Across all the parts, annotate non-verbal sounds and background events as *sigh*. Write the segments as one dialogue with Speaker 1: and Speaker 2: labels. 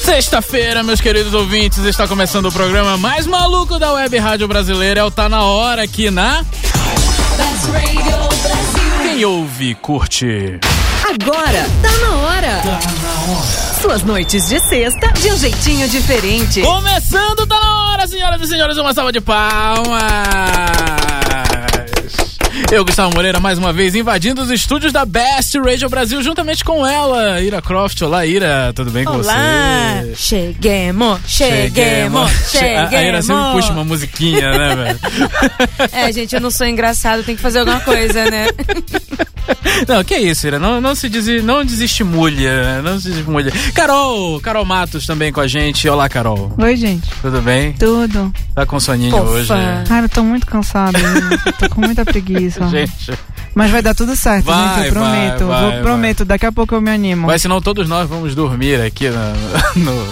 Speaker 1: Sexta-feira, meus queridos ouvintes, está começando o programa mais maluco da Web Rádio Brasileira. É o Tá Na Hora aqui na. Quem ouve, curte.
Speaker 2: Agora tá na hora. Suas noites de sexta de um jeitinho diferente.
Speaker 1: Começando, tá na hora, senhoras e senhores, uma salva de palmas. Eu, Gustavo Moreira, mais uma vez invadindo os estúdios da Best Radio Brasil, juntamente com ela, Ira Croft. Olá, Ira, tudo bem com
Speaker 2: Olá.
Speaker 1: você?
Speaker 2: Cheguemos, cheguemos,
Speaker 1: A a Ira sempre puxa
Speaker 2: cheguemos.
Speaker 1: uma musiquinha, né, velho?
Speaker 2: É, gente, eu não sou engraçado, tem que fazer alguma coisa,
Speaker 1: *laughs*
Speaker 2: né?
Speaker 1: Não, que isso, Ira. Não, não se desi, não desestimule, né? não se desestimule. Carol, Carol Matos também com a gente. Olá, Carol.
Speaker 3: Oi, gente.
Speaker 1: Tudo bem?
Speaker 3: Tudo.
Speaker 1: Tá com soninho
Speaker 2: Fofa.
Speaker 1: hoje? né?
Speaker 3: Cara, eu tô muito cansada. gente. tô com muita preguiça.
Speaker 1: *laughs* Gente,
Speaker 3: Mas vai dar tudo certo,
Speaker 1: Vai,
Speaker 3: gente. Eu
Speaker 1: vai,
Speaker 3: prometo.
Speaker 1: vai,
Speaker 3: Vou-
Speaker 1: vai.
Speaker 3: prometo, daqui a pouco eu me animo.
Speaker 1: mas senão todos nós vamos dormir aqui na- *laughs* no,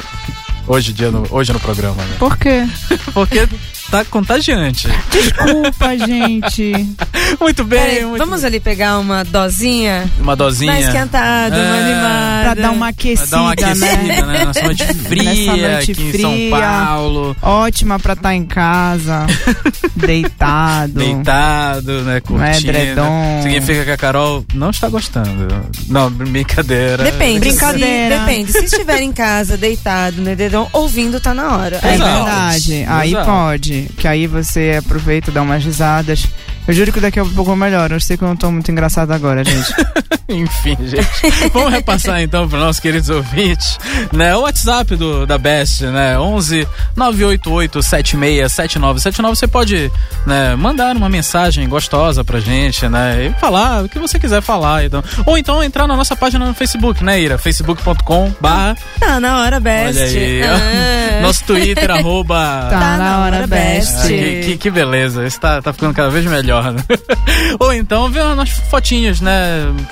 Speaker 1: hoje em dia no, hoje no programa, né?
Speaker 3: Por quê?
Speaker 1: Porque tá contagiante.
Speaker 3: Desculpa, gente.
Speaker 1: Muito bem,
Speaker 2: Peraí,
Speaker 1: muito
Speaker 2: vamos ali pegar uma dosinha?
Speaker 1: uma dosinha.
Speaker 2: Dá uma esquentada, uma
Speaker 1: É,
Speaker 2: animada.
Speaker 3: Pra dar uma
Speaker 1: Pra
Speaker 3: aquecida,
Speaker 1: dar uma aquecida,
Speaker 3: né?
Speaker 1: né? Nessa noite fria
Speaker 3: Nessa noite
Speaker 1: aqui em São
Speaker 3: fria.
Speaker 1: Paulo.
Speaker 3: Ótima pra estar em
Speaker 1: *laughs*
Speaker 3: casa, deitado.
Speaker 1: deitado,
Speaker 2: é
Speaker 1: né? Curtindo.
Speaker 3: edredom.
Speaker 1: Significa que a Carol não está gostando. Não, brincadeira.
Speaker 2: Depende.
Speaker 3: Brincadeira.
Speaker 2: Se, depende. Se estiver em casa, deitado, no dedão, ouvindo, tá na hora.
Speaker 3: É
Speaker 1: Exato.
Speaker 3: verdade. Aí
Speaker 1: Exato.
Speaker 3: pode. Que aí você aproveita, dá umas risadas. Eu juro que daqui a pouco eu melhoro. Eu sei que eu não tô muito engraçada agora, gente.
Speaker 1: *laughs* Enfim, gente. Vamos repassar então para nossos queridos ouvintes, né? O WhatsApp do, da Best, né? 11 988 76 7979. Você pode né, mandar uma mensagem gostosa pra gente, né? E falar o que você quiser falar. Então. Ou então entrar na nossa página no Facebook, né, Ira? facebook.com barra.
Speaker 2: Tá na hora, best.
Speaker 1: Olha aí.
Speaker 2: Ah.
Speaker 1: *laughs* Nosso Twitter, arroba.
Speaker 3: Tá, na hora, best.
Speaker 1: Ah, que, que- que beleza, isso tá, tá ficando cada vez melhor. né? *laughs* Ou então ver umas fotinhas, né?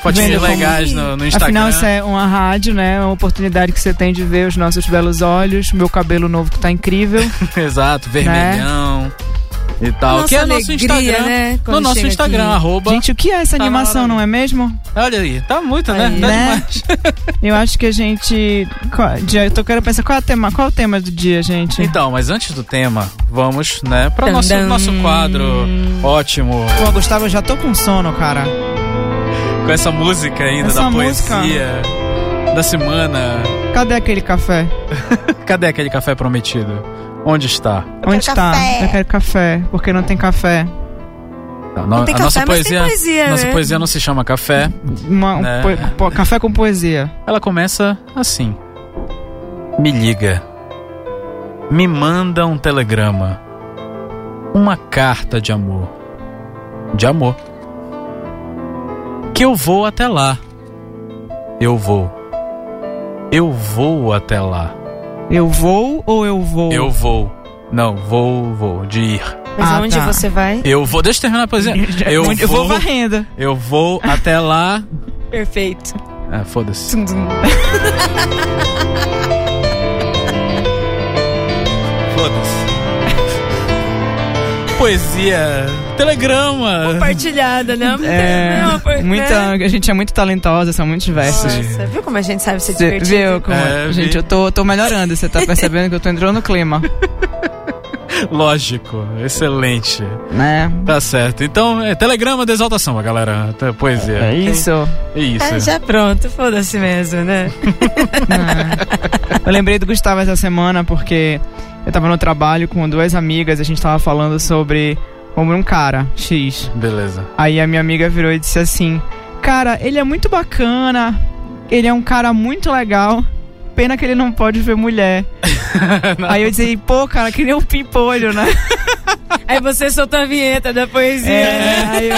Speaker 1: Fotinhas
Speaker 3: Vendo como-
Speaker 1: legais no, no Instagram.
Speaker 3: Afinal, isso é uma rádio, né? É uma oportunidade que você tem de ver os nossos belos olhos, meu cabelo novo que tá incrível.
Speaker 1: *laughs* Exato, vermelhão e tal.
Speaker 2: Nossa
Speaker 1: que é
Speaker 2: alegria,
Speaker 1: nosso Instagram.
Speaker 2: né,
Speaker 1: No
Speaker 2: quando
Speaker 1: nosso
Speaker 2: chega
Speaker 1: Instagram,
Speaker 2: aqui.
Speaker 1: arroba.
Speaker 3: Gente, o que é essa
Speaker 1: Tá na
Speaker 3: animação,
Speaker 1: hora.
Speaker 3: não é mesmo?
Speaker 1: Olha aí, tá muito, né?
Speaker 2: Aí,
Speaker 1: tá
Speaker 3: né?
Speaker 1: demais.
Speaker 3: Eu acho que a gente. qual- dia- Eu tô querendo pensar qual é, o tema, qual é o tema do dia, gente.
Speaker 1: Então, mas antes do tema, vamos, né, pra
Speaker 2: Tum,
Speaker 1: nosso,
Speaker 2: tum.
Speaker 1: nosso quadro ótimo.
Speaker 3: Pô, Gustavo, eu já tô com sono, cara.
Speaker 1: Com essa música ainda
Speaker 3: Essa
Speaker 1: da
Speaker 3: música.
Speaker 1: poesia da semana.
Speaker 3: Cadê aquele café?
Speaker 1: Cadê aquele café prometido? Onde está?
Speaker 3: Onde tá?
Speaker 2: café.
Speaker 3: Eu quero café, porque não tem café.
Speaker 1: Não, não-
Speaker 2: tem
Speaker 1: a
Speaker 2: café,
Speaker 1: nossa
Speaker 2: mas tem
Speaker 1: poesia,
Speaker 2: poesia,
Speaker 1: nossa
Speaker 2: né?
Speaker 1: poesia não se chama café.
Speaker 3: Uma- um
Speaker 1: É.
Speaker 3: po- po- café com poesia.
Speaker 1: Ela começa assim: Me liga. Me manda um telegrama. Uma carta de amor. De amor. Que eu vou até lá. Eu vou. Eu vou até lá.
Speaker 3: Eu vou ou eu vou?
Speaker 1: Eu vou. Não, vou, vou. De ir.
Speaker 2: Mas
Speaker 3: Ah,
Speaker 2: aonde
Speaker 3: tá.
Speaker 2: você vai?
Speaker 1: Eu vou. Deixa eu terminar
Speaker 2: *laughs*
Speaker 1: a poesia.
Speaker 3: *laughs*
Speaker 2: é
Speaker 1: Eu
Speaker 3: é, eu vou
Speaker 1: vou.
Speaker 3: varrendo.
Speaker 1: Eu vou até lá.
Speaker 2: Perfeito.
Speaker 1: Ah, foda-se.
Speaker 2: Tum, tum.
Speaker 1: Foda-se. *laughs* Poesia. Telegrama.
Speaker 2: Compartilhada, né?
Speaker 3: *laughs* É,
Speaker 2: Não, por-
Speaker 3: muita,
Speaker 2: né?
Speaker 3: a gente é muito talentosa, são muitos versos.
Speaker 2: Nossa, viu como a gente sabe se
Speaker 3: Cê
Speaker 2: divertir?
Speaker 3: viu como.
Speaker 1: É,
Speaker 3: gente,
Speaker 1: vi.
Speaker 3: eu tô, tô melhorando, você *laughs* tá percebendo que eu tô entrando no clima,
Speaker 1: Lógico. Excelente.
Speaker 3: né?
Speaker 1: Tá certo. Então, é telegrama de exaltação, galera. Tá, Poesia.
Speaker 3: É isso. *laughs*
Speaker 1: É isso.
Speaker 2: Ah, já pronto, foda-se mesmo, né?
Speaker 3: né? Eu lembrei do Gustavo essa semana porque eu tava no trabalho com duas amigas, a gente tava falando sobre como um cara X.
Speaker 1: Beleza.
Speaker 3: Aí a minha amiga virou e disse assim: Cara, ele é muito bacana, ele é um cara muito legal. Pena que ele não pode ver mulher. Aí eu disse, pô, cara, que nem um pimpolho, né?
Speaker 2: Aí você soltou a vinheta da poesia,
Speaker 3: É,
Speaker 2: né?
Speaker 3: aí eu,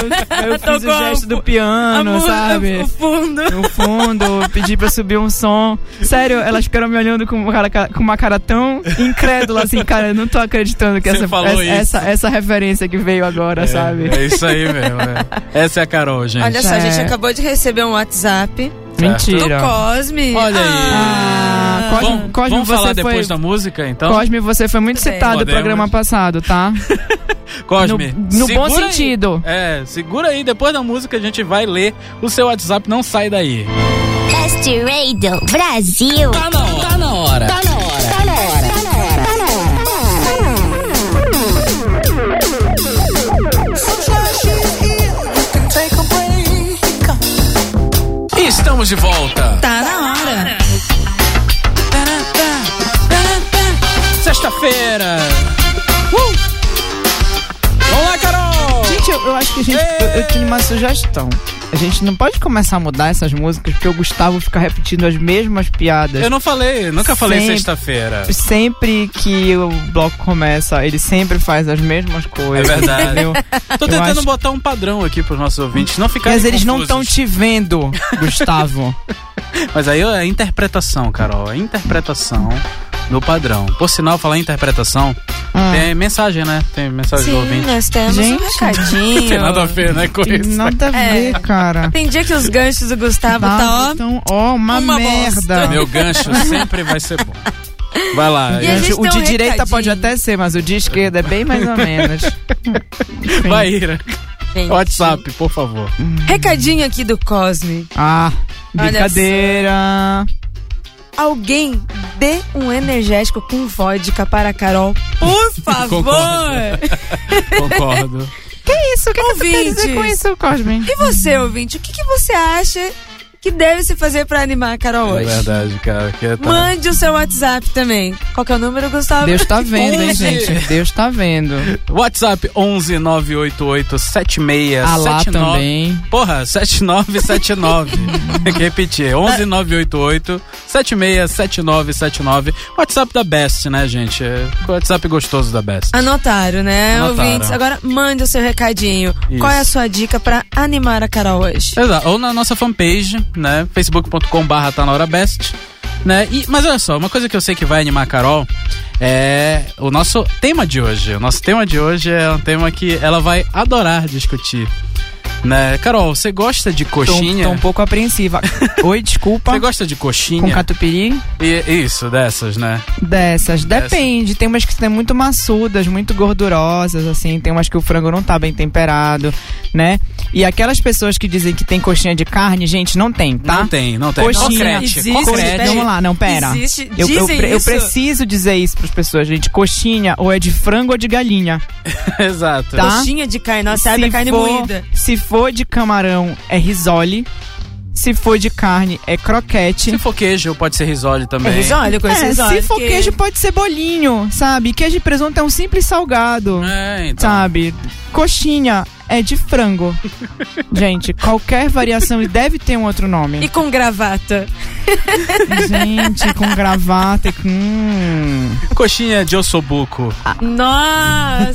Speaker 3: eu fiz o
Speaker 2: Tocou a
Speaker 3: gesto do
Speaker 2: A
Speaker 3: piano,
Speaker 2: música,
Speaker 3: sabe?
Speaker 2: o fundo.
Speaker 3: No fundo, pedi pra subir um som. Sério, elas ficaram me olhando com uma cara, com uma cara tão incrédula, assim, cara, eu não tô acreditando que
Speaker 1: Você
Speaker 3: essa,
Speaker 1: falou
Speaker 3: essa,
Speaker 1: isso.
Speaker 3: essa, essa referência que veio agora,
Speaker 1: É,
Speaker 3: sabe?
Speaker 1: É isso aí mesmo. né? Essa é a Carol, gente.
Speaker 2: Olha só, a gente
Speaker 3: É.
Speaker 2: acabou de receber um WhatsApp do
Speaker 3: Mentira.
Speaker 2: Cosme.
Speaker 1: Olha aí.
Speaker 3: Ah,
Speaker 2: Ah,
Speaker 3: Cosme-
Speaker 1: vamos
Speaker 3: Cosme,
Speaker 1: vamos
Speaker 3: você
Speaker 1: falar
Speaker 3: foi-
Speaker 1: depois da música, então?
Speaker 3: Cosme, você foi muito
Speaker 2: Tudo bem.
Speaker 3: citado no
Speaker 1: Podemos.
Speaker 3: programa passado, tá?
Speaker 1: Cosme.
Speaker 3: No- no bom
Speaker 1: segura aí.
Speaker 3: sentido.
Speaker 1: É, segura aí. Depois da música a gente vai ler o seu WhatsApp. Não sai daí.
Speaker 4: Best Radio Brasil.
Speaker 1: Tá na hora. Tá na hora. Tá na hora. Estamos de volta.
Speaker 4: Tá na hora.
Speaker 1: Sexta-feira. Uh! Vamos lá, Carol.
Speaker 3: *laughs* Gente, eu, eu acho que a gente. Eu, eu tinha uma sugestão. A gente não pode começar a mudar essas músicas porque o Gustavo fica repetindo as mesmas piadas.
Speaker 1: Eu não falei, nunca falei
Speaker 3: Sempre.
Speaker 1: sexta-feira.
Speaker 3: Sempre que o bloco começa, ele sempre faz as mesmas coisas.
Speaker 1: É verdade. *laughs*
Speaker 3: entendeu?
Speaker 1: Tô
Speaker 3: Eu
Speaker 1: tentando
Speaker 3: acho-
Speaker 1: botar um padrão aqui pros nossos ouvintes, não ficarem
Speaker 3: Mas eles não
Speaker 1: confusos.
Speaker 3: estão te vendo,
Speaker 1: *laughs*
Speaker 3: Gustavo.
Speaker 1: Mas aí é a interpretação, Carol. É a interpretação do padrão. Por sinal, falar em interpretação,
Speaker 3: Hum.
Speaker 1: tem mensagem, né? Tem mensagem do
Speaker 4: Sim,
Speaker 1: ouvinte.
Speaker 3: né?
Speaker 4: nós temos
Speaker 3: Gente.
Speaker 4: um recadinho.
Speaker 1: Tem nada a ver, né, com isso.
Speaker 3: Nada a
Speaker 4: É.
Speaker 3: ver, cara.
Speaker 4: Tem dia que os ganchos do Gustavo
Speaker 3: Nossa,
Speaker 4: tá, ó.
Speaker 3: então, ó, uma,
Speaker 4: uma
Speaker 3: merda.
Speaker 1: Meu gancho sempre vai ser bom. Vai lá.
Speaker 4: E a
Speaker 1: gente.
Speaker 4: gente
Speaker 3: o
Speaker 4: tem
Speaker 3: de
Speaker 4: um
Speaker 3: direita
Speaker 4: recadinho.
Speaker 3: pode até ser, mas o de esquerda é bem mais
Speaker 1: *laughs*
Speaker 3: ou menos. Enfim.
Speaker 1: Vai, Ira.
Speaker 4: Gente.
Speaker 1: WhatsApp, por favor.
Speaker 4: Recadinho aqui do Cosme.
Speaker 3: Ah,
Speaker 4: Olha
Speaker 3: brincadeira.
Speaker 4: Alguém dê um energético com vodka para a Carol, por
Speaker 3: *laughs*
Speaker 4: favor.
Speaker 1: Concordo. Concordo.
Speaker 3: Isso, o que, que você quer dizer com
Speaker 4: Ouvintes.
Speaker 3: isso, Cosme?
Speaker 4: E você, ouvinte, o que, que você acha que deve se fazer para animar a Carol
Speaker 1: É
Speaker 4: hoje?
Speaker 1: verdade, cara. Que tá...
Speaker 4: Mande o seu WhatsApp também. Qual que é o número, Gustavo?
Speaker 3: Deus tá vendo, hein,
Speaker 1: Onze.
Speaker 3: gente? Deus tá vendo.
Speaker 1: WhatsApp 11 988 76
Speaker 3: A Ah, lá
Speaker 1: 79.
Speaker 3: também.
Speaker 1: Porra,
Speaker 3: *laughs*
Speaker 1: 7979. Tem que repetir. 11 988 767979. WhatsApp da Best, né, gente? É o WhatsApp gostoso da Best.
Speaker 4: Anotaram, né,
Speaker 1: Anotaram.
Speaker 4: ouvintes? Agora mande o seu recadinho.
Speaker 1: Isso.
Speaker 4: Qual é a sua dica para animar a Carol hoje?
Speaker 1: Exato. Ou na nossa fanpage, né? facebook.com barra tá na hora best. Né? E, mas olha só, uma coisa que eu sei que vai animar a Carol é o nosso tema de hoje. O nosso tema de hoje é um tema que ela vai adorar discutir. Né? Carol, você gosta de
Speaker 3: Tô,
Speaker 1: coxinha?
Speaker 3: tô um pouco apreensiva. Oi, desculpa.
Speaker 1: Você gosta de
Speaker 3: Com
Speaker 1: coxinha?
Speaker 3: catupiry?
Speaker 1: E- isso, dessas, né?
Speaker 3: Dessas. Depende. Tem umas que são muito maçudas, muito gordurosas, assim. Tem umas que o frango não tá bem temperado, né? E aquelas pessoas que dizem que tem coxinha de carne, gente, não tem, tá?
Speaker 1: Não tem, não tem.
Speaker 3: Coxinha,
Speaker 1: Concrete,
Speaker 4: existe,
Speaker 1: concrete.
Speaker 4: Pera aí.
Speaker 3: Vamos lá, não, pera.
Speaker 4: Existe-
Speaker 3: Eu, eu,
Speaker 4: dizem
Speaker 3: pre- eu
Speaker 4: isso?
Speaker 3: preciso dizer isso pras pessoas, gente. Coxinha ou é de frango ou de galinha.
Speaker 1: *laughs* Exato.
Speaker 3: Tá.
Speaker 4: Coxinha de carne, nossa, sabe a carne
Speaker 3: for,
Speaker 4: moída.
Speaker 3: Se for de camarão, é risole. Se for de carne, é croquete.
Speaker 1: Se for queijo, pode ser risole também.
Speaker 4: É risório, eu conheço
Speaker 3: É,
Speaker 4: risório.
Speaker 3: se for
Speaker 4: porque-
Speaker 3: queijo, pode ser bolinho, sabe? Queijo de presunto é um simples salgado,
Speaker 1: É, então.
Speaker 3: sabe? Coxinha é
Speaker 4: *laughs*
Speaker 3: de frango. gente, qualquer variação e deve ter um outro
Speaker 4: E
Speaker 3: nome.
Speaker 4: com gravata.
Speaker 3: Gente, com gravata e com. hum.
Speaker 1: Coxinha de ossobuco.
Speaker 4: Nossa!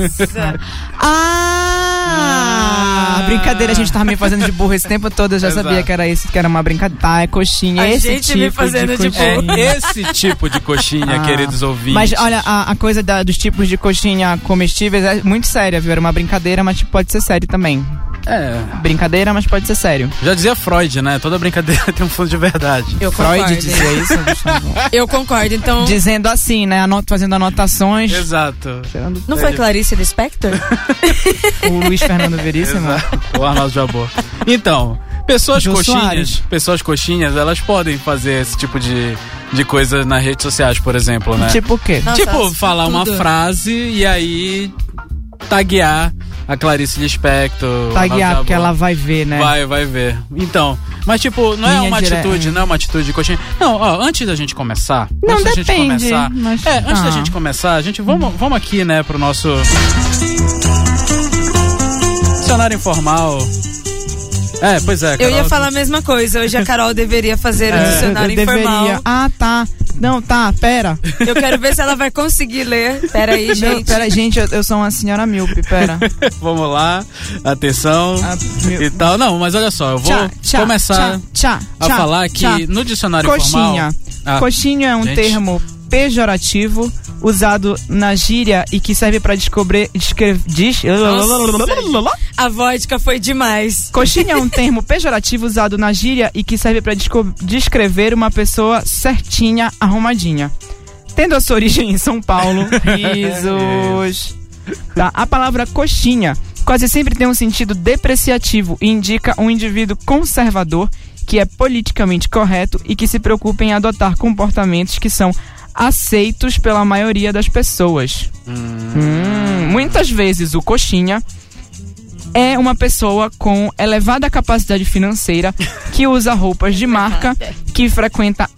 Speaker 3: Ah! Brincadeira, a gente tava me fazendo de burro esse tempo todo, eu já
Speaker 1: Exato.
Speaker 3: sabia que era isso, que era uma brincadeira. Tá, é coxinha,
Speaker 4: A
Speaker 3: esse
Speaker 4: gente
Speaker 3: tipo
Speaker 4: me fazendo de
Speaker 3: de
Speaker 4: burro.
Speaker 3: coxinha.
Speaker 1: É esse tipo de *laughs* coxinha,
Speaker 3: Ah.
Speaker 1: queridos ouvintes.
Speaker 3: Mas olha, a, a coisa da- dos tipos de coxinha comestíveis é muito séria, viu? Era uma brincadeira, mas tipo, pode ser sério também.
Speaker 1: É,
Speaker 3: Brincadeira, mas pode ser sério.
Speaker 1: já dizia Freud, né? Toda brincadeira *laughs* tem um fundo de verdade.
Speaker 4: Eu concordo.
Speaker 3: Freud
Speaker 4: *laughs*
Speaker 3: dizia isso, Gustavo.
Speaker 4: Eu concordo, então.
Speaker 3: Dizendo assim, né? Anot fazendo anotações.
Speaker 1: Exato.
Speaker 3: Tirando
Speaker 4: Não foi Clarice Lispector?
Speaker 3: o Luiz Fernando
Speaker 1: *laughs*
Speaker 3: Veríssimo.
Speaker 1: Exato. O Arnaldo Jabor. Então, pessoas
Speaker 3: Jô
Speaker 1: coxinhas,
Speaker 3: Soares.
Speaker 1: pessoas coxinhas, elas podem fazer esse tipo de, de coisa nas redes sociais, por exemplo, né?
Speaker 3: Tipo o quê?
Speaker 4: Nossa,
Speaker 1: tipo,
Speaker 4: elas-
Speaker 1: falar uma
Speaker 4: tudo.
Speaker 1: frase e aí taguear a Clarice Lispector. o Arnaldo
Speaker 3: Taguear, porque
Speaker 1: Jabor.
Speaker 3: Tá ela vai ver, né?
Speaker 1: Vai, vai ver. Então, mas tipo, não é
Speaker 3: Linha
Speaker 1: uma
Speaker 3: dire-
Speaker 1: atitude, não é uma atitude de coxinha. Não, ó, antes da gente começar,
Speaker 3: Não,
Speaker 1: antes da gente
Speaker 3: depende,
Speaker 1: começar,
Speaker 3: mas-
Speaker 1: é, antes da
Speaker 3: Ah.
Speaker 1: gente começar, a gente vamos, vamos aqui, né, pro nosso dicionário informal. É, pois é,
Speaker 4: Eu
Speaker 1: Carol.
Speaker 4: ia falar a mesma coisa. Hoje a Carol deveria fazer um
Speaker 1: É,
Speaker 4: dicionário
Speaker 3: Eu
Speaker 4: informal.
Speaker 3: deveria. Ah, tá. Não, tá, pera.
Speaker 4: Eu quero ver se ela vai conseguir ler. Peraí,
Speaker 3: Não,
Speaker 4: gente.
Speaker 3: pera, gente, eu, eu sou uma senhora míope,
Speaker 1: *laughs*
Speaker 3: pera.
Speaker 1: *laughs* Vamos lá. Atenção.
Speaker 3: Ah, meu-
Speaker 1: E tal. Não, mas olha só, eu vou
Speaker 3: Tchá, tchá,
Speaker 1: começar
Speaker 3: tchá, tchá,
Speaker 1: a
Speaker 3: tchá,
Speaker 1: falar que
Speaker 3: tchá.
Speaker 1: no dicionário informal.
Speaker 3: Coxinha.
Speaker 1: Ah,
Speaker 3: Coxinha é um
Speaker 1: gente.
Speaker 3: termo pejorativo usado na gíria e que serve pra descobrir. Descre, diz,
Speaker 4: A vodka foi demais.
Speaker 3: coxinha é um termo pejorativo usado na gíria e que serve pra desco- descrever uma pessoa certinha, arrumadinha. Tendo a sua origem em São Paulo, risos. Tá? A palavra coxinha quase sempre tem um sentido depreciativo e indica um indivíduo conservador que é politicamente correto e que se preocupa em adotar comportamentos que são aceitos pela maioria das pessoas. Hum, muitas vezes o coxinha é uma pessoa com elevada capacidade financeira que usa roupas de marca, que frequenta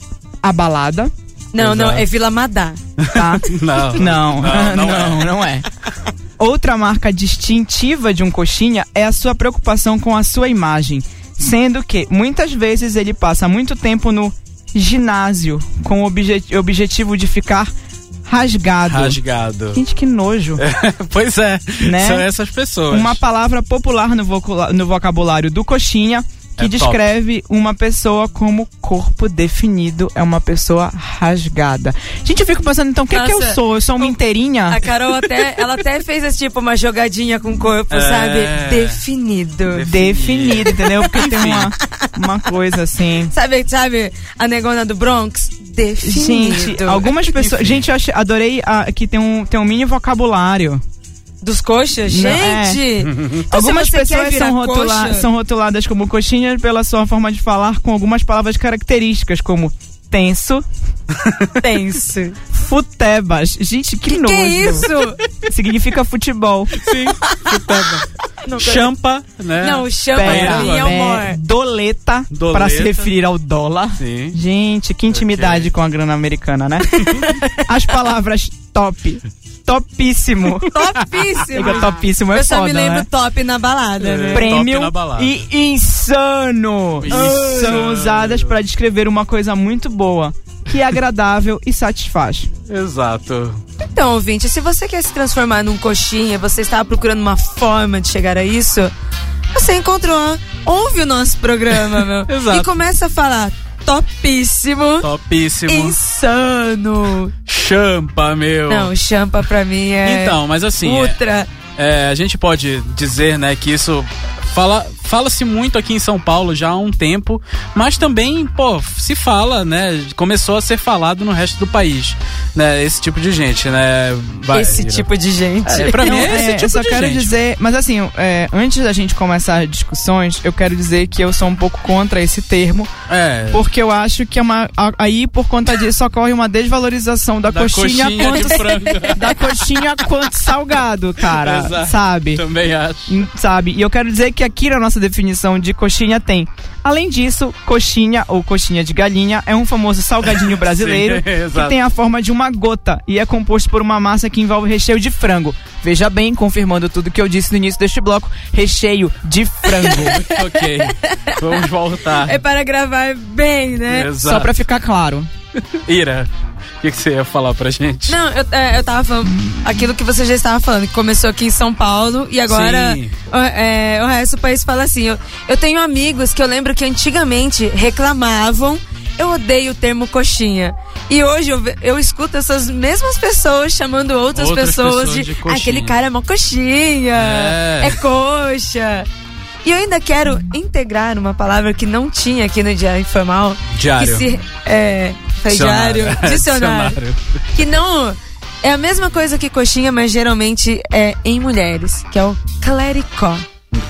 Speaker 3: a balada,
Speaker 4: Não, não,
Speaker 1: Exato.
Speaker 4: é Vila Madá.
Speaker 3: tá?
Speaker 1: Não.
Speaker 3: Não,
Speaker 1: Não,
Speaker 3: não,
Speaker 1: não
Speaker 3: não, é. Outra marca distintiva de um coxinha é a sua preocupação com a sua imagem, sendo que muitas vezes ele passa muito tempo no ginásio com o obje- objetivo de ficar rasgado.
Speaker 1: Rasgado.
Speaker 3: Gente, que nojo.
Speaker 1: *laughs* pois é.
Speaker 3: Né?
Speaker 1: São essas pessoas. *laughs*
Speaker 3: Uma palavra popular no, vocula- no vocabulário do coxinha que
Speaker 1: É top.
Speaker 3: descreve uma pessoa como corpo definido é uma pessoa rasgada. Gente, eu fico pensando, então, o que, é que eu
Speaker 4: Nossa.
Speaker 3: sou? Eu sou uma inteirinha?
Speaker 4: A Carol até, ela até fez esse tipo uma jogadinha com o corpo,
Speaker 1: É.
Speaker 4: sabe? Definido.
Speaker 3: definida, entendeu? Porque tem uma, uma coisa assim.
Speaker 4: Sabe, sabe a negona do Bronx? Definido.
Speaker 3: Gente,
Speaker 1: É
Speaker 3: algumas pessoas.
Speaker 4: Enfim.
Speaker 3: Gente, eu achei- adorei a, que tem um, tem um mini vocabulário.
Speaker 4: Dos coxas?
Speaker 3: Não, é.
Speaker 4: Gente!
Speaker 3: *laughs*
Speaker 4: Então, se
Speaker 3: Algumas
Speaker 4: você quer
Speaker 3: pessoas
Speaker 4: virar
Speaker 3: são, rotula-
Speaker 4: coxa-
Speaker 3: são rotuladas como coxinhas pela sua forma de falar com algumas palavras características, como tenso,
Speaker 4: Tenso.
Speaker 3: futebas. Gente, que,
Speaker 4: *laughs* Que,
Speaker 3: nojo.
Speaker 4: que é isso?
Speaker 3: *laughs* Significa futebol.
Speaker 1: Sim.
Speaker 4: Não,
Speaker 1: Champa, Tá né?
Speaker 4: Não, o chama
Speaker 1: Pera,
Speaker 4: pra mim é o
Speaker 3: pé,
Speaker 4: mor.
Speaker 3: doleta,
Speaker 1: Doleta.
Speaker 3: para se referir ao dólar.
Speaker 1: Sim.
Speaker 3: Gente, que intimidade
Speaker 1: Ok.
Speaker 3: com a grana americana, né? *laughs* As palavras top,
Speaker 4: Topíssimo.
Speaker 3: topíssimo. Fica topíssimo, *laughs* é
Speaker 4: Eu só
Speaker 3: foda,
Speaker 4: me lembro
Speaker 3: né?
Speaker 4: top na balada,
Speaker 1: É.
Speaker 4: né?
Speaker 3: Prêmio
Speaker 1: Top na balada.
Speaker 3: e insano.
Speaker 1: Insano.
Speaker 3: São usadas para descrever uma coisa muito boa, que é agradável e satisfaz.
Speaker 1: Exato.
Speaker 4: Então, ouvinte, se você quer se transformar num coxinha, você estava procurando uma forma de chegar a isso, você encontrou, ouve o nosso programa,
Speaker 3: *laughs*
Speaker 4: meu.
Speaker 1: Exato.
Speaker 4: E começa a falar topíssimo,
Speaker 1: Topíssimo.
Speaker 4: insano.
Speaker 1: Champa, meu.
Speaker 4: Não, champa pra mim é
Speaker 1: Então, mas assim, é-
Speaker 4: ultra.
Speaker 1: é, a gente pode dizer, né, que isso fala fala-se muito aqui em São Paulo já há um tempo, mas também, pô, se fala, né, começou a ser falado no resto do país, né, esse tipo de gente, né? Vai,
Speaker 4: esse
Speaker 1: Ira.
Speaker 4: tipo de gente.
Speaker 1: É, pra mim
Speaker 3: Não,
Speaker 1: é esse
Speaker 3: é,
Speaker 1: tipo
Speaker 3: eu só
Speaker 1: de
Speaker 3: quero
Speaker 1: gente.
Speaker 3: dizer, mas assim, é, antes da gente começar as discussões, eu quero dizer que eu sou um pouco contra esse termo,
Speaker 1: É.
Speaker 3: porque eu acho que é uma- a- aí por conta disso ocorre uma desvalorização da,
Speaker 1: da
Speaker 3: coxinha, quanto,
Speaker 1: de frango.
Speaker 3: *laughs*
Speaker 1: *laughs*
Speaker 3: da coxinha quanto salgado, cara,
Speaker 1: Exato. Então,
Speaker 3: sabe?
Speaker 1: Também acho.
Speaker 3: Hum, sabe? E eu quero dizer que aqui na nossa definição de coxinha tem. Além disso, coxinha ou coxinha de galinha é um famoso salgadinho brasileiro
Speaker 1: *laughs* Sim,
Speaker 3: que
Speaker 1: exato.
Speaker 3: tem a forma de uma gota e é composto por uma massa que envolve recheio de frango. Veja bem, confirmando tudo que eu disse no início deste bloco, recheio
Speaker 1: *laughs*
Speaker 3: de frango.
Speaker 1: ok. Vamos voltar.
Speaker 4: É para gravar bem, né?
Speaker 1: Exato.
Speaker 3: Só pra ficar claro.
Speaker 1: Ira, o que, que você ia falar pra gente?
Speaker 4: Não, eu, é, eu tava falando aquilo que você já estava falando, que começou aqui em São Paulo e agora
Speaker 1: Sim.
Speaker 4: o, é, o resto do país fala assim. Eu, eu tenho amigos que eu lembro que antigamente reclamavam. Eu odeio o termo coxinha. E hoje eu, ve- eu escuto essas mesmas pessoas chamando outras,
Speaker 1: Outras
Speaker 4: pessoas,
Speaker 1: pessoas
Speaker 4: de.
Speaker 1: de
Speaker 4: "Ah,
Speaker 1: coxinha."
Speaker 4: aquele cara é uma coxinha.
Speaker 1: É.
Speaker 4: é coxa. E eu ainda quero integrar uma palavra que não tinha aqui no Diário Informal.
Speaker 1: Diário.
Speaker 4: Que se, é, foi
Speaker 1: *laughs*
Speaker 4: diário, dicionário. Que não. É a mesma coisa que coxinha, mas geralmente é em mulheres, que é o clericó.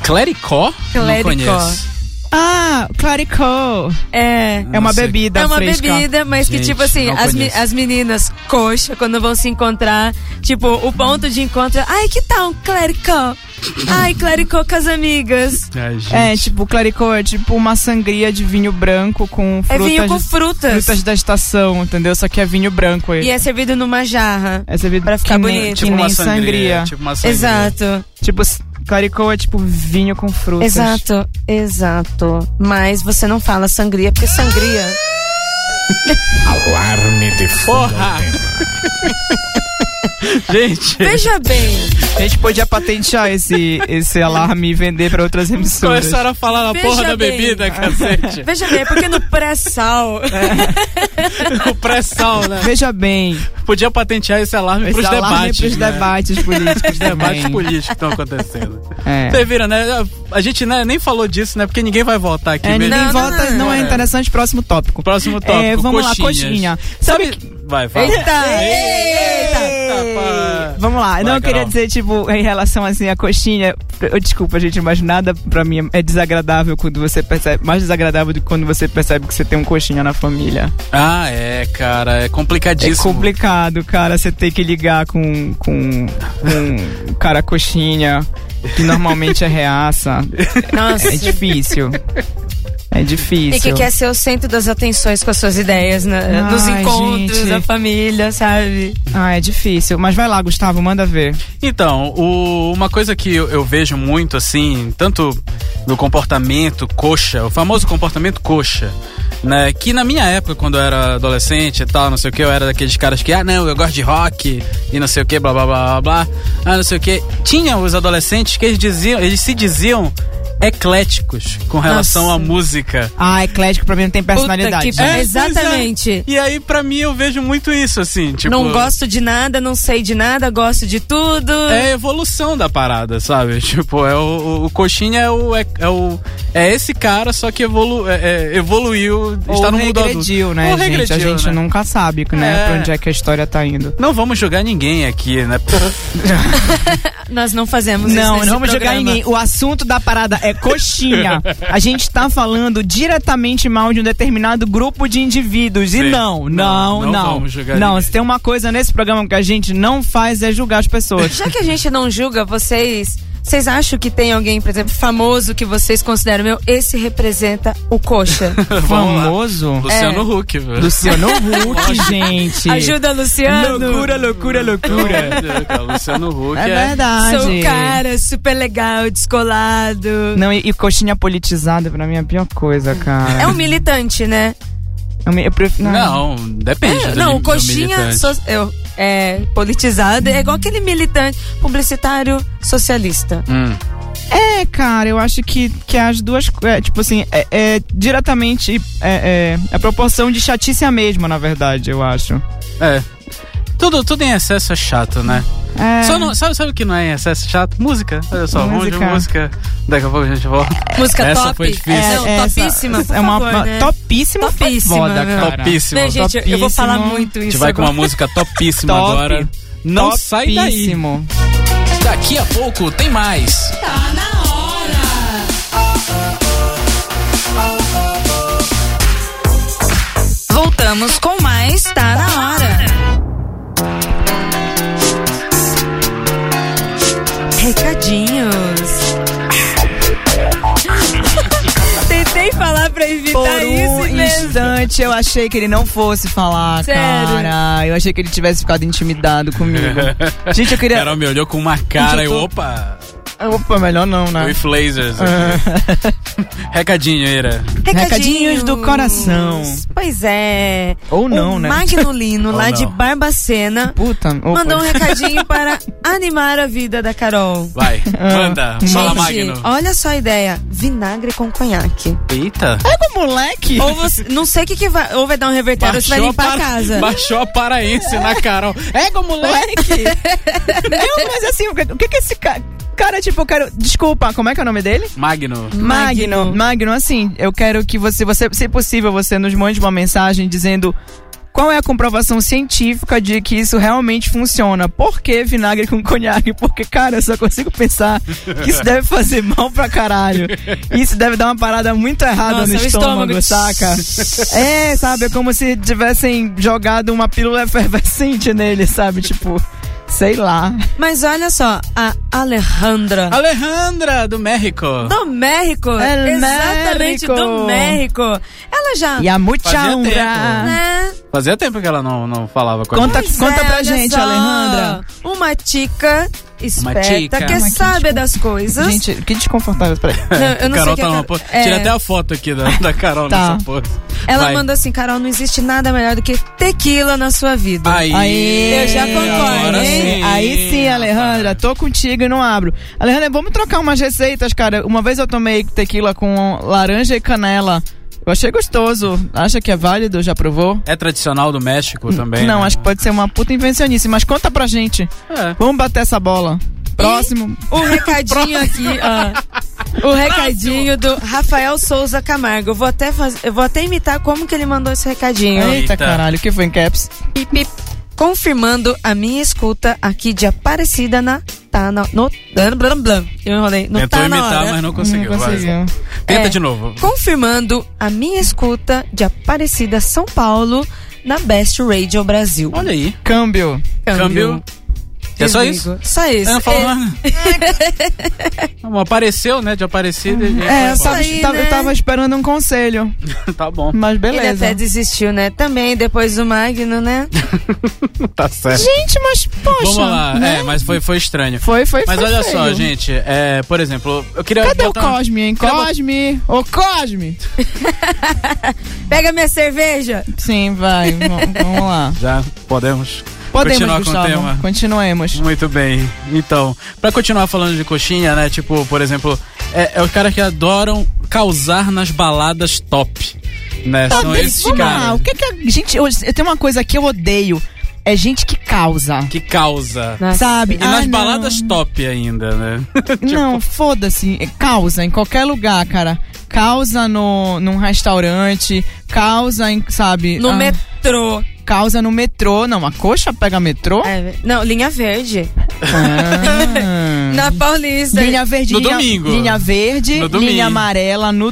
Speaker 1: Clericó? Não
Speaker 4: Clericó.
Speaker 1: conheço.
Speaker 3: Ah, claricô.
Speaker 4: É.
Speaker 3: É uma
Speaker 1: Nossa,
Speaker 3: bebida
Speaker 4: É uma
Speaker 3: fresca.
Speaker 4: bebida, mas que
Speaker 1: Gente,
Speaker 4: tipo assim,
Speaker 1: não
Speaker 4: as, me-
Speaker 1: conheço.
Speaker 4: as meninas coxa, quando vão se encontrar, tipo, o ponto de encontro é, ai, que tal um clericó? Ai, clericó com as amigas.
Speaker 1: Ai, gente.
Speaker 3: É, tipo, claricô é tipo uma sangria de vinho branco com
Speaker 4: É
Speaker 3: frutas,
Speaker 4: vinho com frutas.
Speaker 3: frutas da estação, entendeu? Só que é vinho branco.
Speaker 4: E é servido numa jarra.
Speaker 3: É servido
Speaker 4: Pra ficar né?
Speaker 3: que nem-
Speaker 4: bonito.
Speaker 3: que
Speaker 1: Tipo uma
Speaker 3: nem
Speaker 1: sangria,
Speaker 3: sangria.
Speaker 1: Tipo uma sangria.
Speaker 4: Exato.
Speaker 3: Tipo, s- claricô é tipo vinho com frutas.
Speaker 4: Exato, exato. Mas você não fala sangria, porque sangria.
Speaker 5: Alarme de
Speaker 1: Porra! *laughs* gente,
Speaker 4: Veja bem,
Speaker 3: A gente podia patentear esse, esse alarme e vender pra outras
Speaker 1: é
Speaker 3: emissoras.
Speaker 1: começaram a falar na
Speaker 4: Veja
Speaker 1: porra da
Speaker 4: bem.
Speaker 3: *laughs*
Speaker 1: bebida, cacete.
Speaker 4: veja bem, é porque no *laughs* pré-sal.
Speaker 1: o pré-sal, né?
Speaker 3: Veja bem,
Speaker 1: Podia patentear esse alarme
Speaker 3: esse
Speaker 1: pros
Speaker 3: alarme é
Speaker 1: debates.
Speaker 3: pros
Speaker 1: né?
Speaker 3: debates
Speaker 1: *laughs*
Speaker 3: políticos
Speaker 1: Debates
Speaker 3: também.
Speaker 1: políticos que estão acontecendo.
Speaker 3: É.
Speaker 1: Você viram, né? A gente né, nem falou disso, né? Porque ninguém vai voltar aqui
Speaker 3: É,
Speaker 1: mesmo.
Speaker 4: Não,
Speaker 3: ninguém
Speaker 4: não,
Speaker 3: volta, não,
Speaker 4: não.
Speaker 3: é interessante, próximo tópico.
Speaker 1: Próximo tópico,
Speaker 3: É, vamos lá,
Speaker 1: coxinhas.
Speaker 3: coxinha.
Speaker 1: Sabe... Vai, fala.
Speaker 4: Eita!
Speaker 1: Eita, pá.
Speaker 3: Vamos lá.
Speaker 1: Vai,
Speaker 3: não, eu queria
Speaker 1: Carol.
Speaker 3: dizer, tipo, em relação assim à coxinha. eu- desculpa, gente, mas nada pra mim é desagradável quando você percebe. Mais desagradável do que quando você percebe que você tem um coxinha na família.
Speaker 1: Ah, é, cara, é complicadíssimo.
Speaker 3: É complicado, cara, você ter que ligar com, com, com um cara coxinha, que normalmente é reaça.
Speaker 4: Nossa.
Speaker 3: É difícil. É difícil.
Speaker 4: E que quer ser o centro das atenções com as suas ideias, né?
Speaker 3: Ai,
Speaker 4: Nos encontros,
Speaker 3: gente.
Speaker 4: da família, sabe?
Speaker 3: Ah, é difícil. Mas vai lá, Gustavo, manda ver.
Speaker 1: Então, o- uma coisa que eu, eu vejo muito, assim, tanto no comportamento coxa, o famoso comportamento coxa, né? Que na minha época, quando eu era adolescente e tal, não sei o que, eu era daqueles caras que, ah, não, eu gosto de rock e não sei o que, blá blá blá blá blá, ah, não sei o que. Tinha os adolescentes que eles diziam, eles se diziam ecléticos com relação
Speaker 4: Nossa.
Speaker 1: à música.
Speaker 3: Ah, eclético pra mim não tem personalidade.
Speaker 4: Puta que-
Speaker 1: É,
Speaker 4: né? Exatamente.
Speaker 1: E aí, pra mim, eu vejo muito isso, assim, tipo.
Speaker 4: Não gosto de nada, não sei de nada, gosto de tudo.
Speaker 1: É a evolução da parada, sabe? *laughs* Tipo, é o, o- o coxinha é o, é, é o- é esse cara, só que evolu, é- é, evoluiu, está
Speaker 3: Ou
Speaker 1: no mundo adulto.
Speaker 3: regrediu, né,
Speaker 1: Ou
Speaker 3: gente? a
Speaker 1: regrediu,
Speaker 3: gente
Speaker 1: né?
Speaker 3: nunca sabe, né,
Speaker 1: É.
Speaker 3: pra onde é que a história tá indo.
Speaker 1: Não vamos julgar ninguém aqui, né? *laughs*
Speaker 4: Nós não fazemos isso.
Speaker 3: Não,
Speaker 4: nesse
Speaker 3: não vamos jogar
Speaker 4: programa.
Speaker 3: ninguém. O assunto da parada é coxinha. A gente tá falando diretamente mal de um determinado grupo de indivíduos.
Speaker 1: Sim.
Speaker 3: E não,
Speaker 1: Não,
Speaker 3: não,
Speaker 1: não
Speaker 3: não.
Speaker 1: vamos julgar
Speaker 3: Não,
Speaker 1: ninguém.
Speaker 3: se tem uma coisa nesse programa que a gente não faz é julgar as *laughs* pessoas.
Speaker 4: Já que a gente não julga, vocês. Vocês acham que tem alguém, por exemplo, famoso que vocês consideram meu? Esse representa o *laughs* coxa.
Speaker 1: Vamos lá.
Speaker 3: Famoso? É.
Speaker 1: Luciano Huck, velho.
Speaker 3: Luciano Huck, gente.
Speaker 4: Ajuda, Luciano.
Speaker 3: loucura,
Speaker 1: É, cara, Luciano Huck
Speaker 3: É
Speaker 1: é.
Speaker 3: verdade.
Speaker 4: Sou um cara super legal, descolado.
Speaker 3: Não, e, e coxinha politizada pra mim é a pior coisa, cara.
Speaker 4: É um militante, né?
Speaker 3: Eu, me- eu prefiro-
Speaker 1: Não, depende.
Speaker 4: É,
Speaker 1: do
Speaker 4: não,
Speaker 1: mi-
Speaker 4: o
Speaker 1: do
Speaker 4: coxinha
Speaker 1: um militante.
Speaker 4: so- eu- é politizado, é igual aquele militante publicitário socialista.
Speaker 1: Hum.
Speaker 3: É, cara, eu acho que, que as duas. co- É, tipo assim, é, é diretamente. É, é- a proporção de chatice é a mesma, na verdade, eu acho.
Speaker 1: É. Tudo, tudo em excesso é chato, né?
Speaker 3: É,
Speaker 1: Só não, sabe, sabe o que não é em excesso é chato? Música. Olha só, vamos de
Speaker 3: Música.
Speaker 1: música. Daqui a pouco a gente volta.
Speaker 4: Música
Speaker 1: Essa
Speaker 4: top.
Speaker 1: foi difícil.
Speaker 4: Não,
Speaker 3: É, essa-
Speaker 4: topíssima. por
Speaker 3: É uma,
Speaker 4: favor,
Speaker 3: uma-
Speaker 4: né?
Speaker 3: topíssima, foi
Speaker 4: Topíssima,
Speaker 3: foda,
Speaker 4: meu.
Speaker 3: É, cara.
Speaker 1: Topíssimo.
Speaker 4: Né, gente, eu, eu vou
Speaker 3: Topíssimo.
Speaker 4: falar muito
Speaker 1: A
Speaker 4: isso.
Speaker 1: gente vai com uma
Speaker 4: agora.
Speaker 1: música topíssima
Speaker 3: *laughs* Top.
Speaker 1: agora. Não sai daí.
Speaker 3: Topíssimo.
Speaker 1: Daqui a pouco tem mais.
Speaker 4: Voltamos com mais Tá na Hora. Recadinhos. *laughs* Tentei falar pra evitar
Speaker 3: Por
Speaker 4: Tá isso
Speaker 3: um
Speaker 4: mesmo.
Speaker 3: instante eu achei que ele não fosse falar,
Speaker 4: Sério?
Speaker 3: cara. Eu achei que ele tivesse ficado intimidado
Speaker 1: *laughs*
Speaker 3: comigo. Gente, eu queria.
Speaker 1: Carol me olhou com uma cara
Speaker 3: Gente,
Speaker 1: e
Speaker 3: É. eu tô-
Speaker 1: opa,
Speaker 3: Opa, melhor não, né?
Speaker 1: with lasers.
Speaker 3: É.
Speaker 1: Recadinho, Ira.
Speaker 3: Recadinhos do coração.
Speaker 4: Pois é.
Speaker 3: Ou não,
Speaker 4: o
Speaker 3: né? *laughs*
Speaker 4: Magnolino,
Speaker 1: Ou não.
Speaker 4: lá de Barbacena,
Speaker 3: Puta, opa.
Speaker 4: mandou um recadinho para animar a vida da Carol.
Speaker 1: Vai, manda. Fala,
Speaker 4: Gente,
Speaker 1: Magno.
Speaker 4: olha só a ideia: vinagre com
Speaker 3: *laughs*
Speaker 4: conhaque.
Speaker 1: Eita.
Speaker 3: Pega o moleque!
Speaker 4: Ou você, não sei o que, que vai. Ou vai dar um revertério, ou você vai
Speaker 1: Baixou a
Speaker 4: limpar a
Speaker 1: para-
Speaker 4: casa.
Speaker 1: Baixou a paraense na Carol.
Speaker 3: Pega o moleque! *laughs* não, mas assim, o que, o que que esse cara. Cara, tipo, eu quero. Desculpa, como é que é o nome dele?
Speaker 1: Magno.
Speaker 4: Magno.
Speaker 3: Magno, assim, eu quero que você, você, se possível, você nos mande uma mensagem dizendo. Qual é a comprovação científica de que isso realmente funciona? Por que vinagre com conhaque? Porque, cara, eu só consigo pensar que isso deve fazer mal pra caralho. Isso deve dar uma parada muito errada
Speaker 4: Nossa,
Speaker 3: no
Speaker 4: o estômago.
Speaker 3: estômago, saca? É, sabe? É como se tivessem jogado uma pílula efervescente nele, sabe? Tipo, sei lá.
Speaker 4: Mas olha só, a Alejandra.
Speaker 3: Ah.
Speaker 1: Alejandra, do México.
Speaker 4: Do México.
Speaker 3: El
Speaker 4: Exatamente,
Speaker 3: México.
Speaker 4: do México. Ela já.
Speaker 3: E a mucha
Speaker 1: Fazia
Speaker 3: honra.
Speaker 4: né?
Speaker 1: Fazia tempo que ela não, não falava com a gente.
Speaker 3: Conta,
Speaker 4: Pois
Speaker 3: conta
Speaker 4: é,
Speaker 3: pra
Speaker 4: olha
Speaker 3: gente,
Speaker 4: só.
Speaker 3: Alejandra.
Speaker 4: Uma tica esperta
Speaker 1: tica.
Speaker 4: que
Speaker 1: Uma
Speaker 3: tica.
Speaker 4: sabe das coisas.
Speaker 3: Gente, que desconfortável. Peraí.
Speaker 4: Não, eu não sei
Speaker 1: Carol
Speaker 4: o que
Speaker 1: tá
Speaker 4: é
Speaker 1: numa
Speaker 4: Carol-
Speaker 1: pose.
Speaker 4: é,
Speaker 1: Tira até a foto aqui da, da Carol
Speaker 3: Tá.
Speaker 1: nessa pose.
Speaker 4: Ela
Speaker 1: Vai.
Speaker 4: manda assim, Carol, não existe nada melhor do que tequila na sua vida.
Speaker 1: Aí.
Speaker 3: Aí,
Speaker 4: Eu já concordo,
Speaker 1: Agora
Speaker 4: hein?
Speaker 1: sim.
Speaker 3: Aí sim, Alejandra, tô contigo e não abro. Alejandra, vamos trocar umas receitas, cara. Uma vez eu tomei tequila com laranja e canela. Eu achei gostoso. Acha que é válido? Já provou?
Speaker 1: É tradicional do México também.
Speaker 3: não,
Speaker 1: né?
Speaker 3: acho que pode ser uma puta invencionice, mas conta pra gente.
Speaker 1: É.
Speaker 3: Vamos bater essa bola. Próximo.
Speaker 4: O
Speaker 1: *laughs*
Speaker 4: recadinho aqui, ó. O recadinho do Rafael Souza Camargo. Eu vou até faz- eu vou até imitar como que ele mandou esse recadinho.
Speaker 1: Aí.
Speaker 3: Eita,
Speaker 1: Eita.
Speaker 3: caralho, o que foi em caps?
Speaker 4: Pip, pip. confirmando a minha escuta aqui de Aparecida na Tá na. No, blam, blam, eu enrolei. No
Speaker 1: Tentou
Speaker 4: tá na
Speaker 1: imitar,
Speaker 4: hora.
Speaker 1: mas não conseguiu.
Speaker 3: Não
Speaker 1: vai.
Speaker 3: Hum, conseguiu.
Speaker 1: Tenta
Speaker 4: É.
Speaker 1: de novo.
Speaker 4: Confirmando a minha escuta de Aparecida São Paulo na Best Radio Brasil.
Speaker 1: Olha aí.
Speaker 3: Câmbio. Ah,
Speaker 1: Câmbio. É só isso?
Speaker 4: Desligo. Só isso.
Speaker 1: Eu não falo
Speaker 4: É,
Speaker 1: *laughs* nada. Não, apareceu, né? De aparecida. e-
Speaker 3: É, eu
Speaker 4: isso
Speaker 3: tava,
Speaker 4: aí,
Speaker 3: tava- eu
Speaker 4: né?
Speaker 3: tava esperando um conselho,
Speaker 1: *laughs* tá bom.
Speaker 3: mas
Speaker 4: Ele
Speaker 3: beleza.
Speaker 4: até desistiu, né? Também depois do Magno,
Speaker 3: *laughs*
Speaker 4: né?
Speaker 1: Tá certo.
Speaker 3: Gente, mas poxa.
Speaker 1: Vamos lá.
Speaker 3: né?
Speaker 1: É, mas foi, foi estranho.
Speaker 3: Foi, foi,
Speaker 1: Mas
Speaker 3: foi
Speaker 1: olha só,
Speaker 3: feio.
Speaker 1: gente. é, por exemplo, eu queria.
Speaker 3: Cadê o
Speaker 1: botar uma-
Speaker 3: Cosme, hein?
Speaker 1: Queria botar-
Speaker 3: Cosme! Ô, Cosme!
Speaker 4: Pega minha cerveja.
Speaker 3: Sim, vai, v- vamos lá.
Speaker 1: Já podemos.
Speaker 3: Podemos,
Speaker 1: Continuar com o
Speaker 3: Gustavo.
Speaker 1: tema.
Speaker 3: Continuemos.
Speaker 1: Muito bem. Então, pra continuar falando de coxinha, né? Tipo, por exemplo, é, é os caras que adoram causar nas baladas top. Né? São
Speaker 3: Talvez,
Speaker 1: esses
Speaker 3: Tá vamos lá.
Speaker 1: caras
Speaker 3: O que que a gente... Eu, eu tenho uma coisa que eu odeio. É gente que causa.
Speaker 1: que causa.
Speaker 3: Sabe?
Speaker 1: E nas
Speaker 3: Ah, não.
Speaker 1: baladas top ainda, né?
Speaker 3: Não, foda-se. É Causa em qualquer lugar, cara. Causa no, num restaurante, causa em, sabe?
Speaker 4: No
Speaker 3: ah,
Speaker 4: metrô.
Speaker 3: Causa no metrô. Não, uma coxa pega metrô?
Speaker 4: É, não, linha verde. *laughs*
Speaker 3: Ah.
Speaker 4: Na Paulista.
Speaker 3: Linha verde,
Speaker 1: No
Speaker 3: linha,
Speaker 1: domingo.
Speaker 3: linha verde,
Speaker 1: No domingo.
Speaker 3: linha amarela no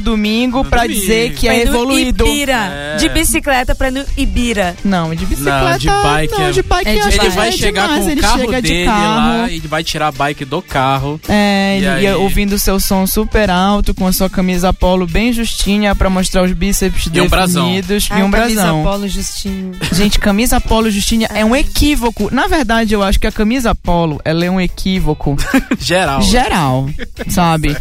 Speaker 1: No
Speaker 3: domingo pra
Speaker 1: domingo.
Speaker 3: dizer que
Speaker 4: Foi
Speaker 3: é
Speaker 4: no
Speaker 3: evoluído.
Speaker 4: Ibira.
Speaker 1: É.
Speaker 4: De bicicleta pra no Ibira.
Speaker 3: Não, de bicicleta.
Speaker 1: Não, de bike
Speaker 3: não,
Speaker 1: é-
Speaker 3: de bike
Speaker 4: É
Speaker 3: eu
Speaker 4: de
Speaker 3: acho
Speaker 4: bike.
Speaker 3: que
Speaker 1: Ele
Speaker 3: é
Speaker 1: vai chegar
Speaker 3: demais.
Speaker 1: com o
Speaker 3: ele
Speaker 1: carro
Speaker 3: chega
Speaker 1: dele
Speaker 3: de carro.
Speaker 1: lá e vai tirar a bike do
Speaker 3: *laughs*
Speaker 1: carro.
Speaker 3: É,
Speaker 1: E
Speaker 3: ele
Speaker 1: aí?
Speaker 3: ia ouvindo o seu som super alto, com a sua camisa polo bem justinha pra mostrar os bíceps
Speaker 1: E um brasão.
Speaker 3: definidos e
Speaker 4: Ah,
Speaker 3: um
Speaker 4: camisa
Speaker 3: brasão.
Speaker 4: Polo Justinho.
Speaker 3: Gente, camisa polo justinha é um equívoco. Na verdade, eu acho que a camisa polo, ela é um equívoco
Speaker 1: Geral.
Speaker 3: geral, sabe?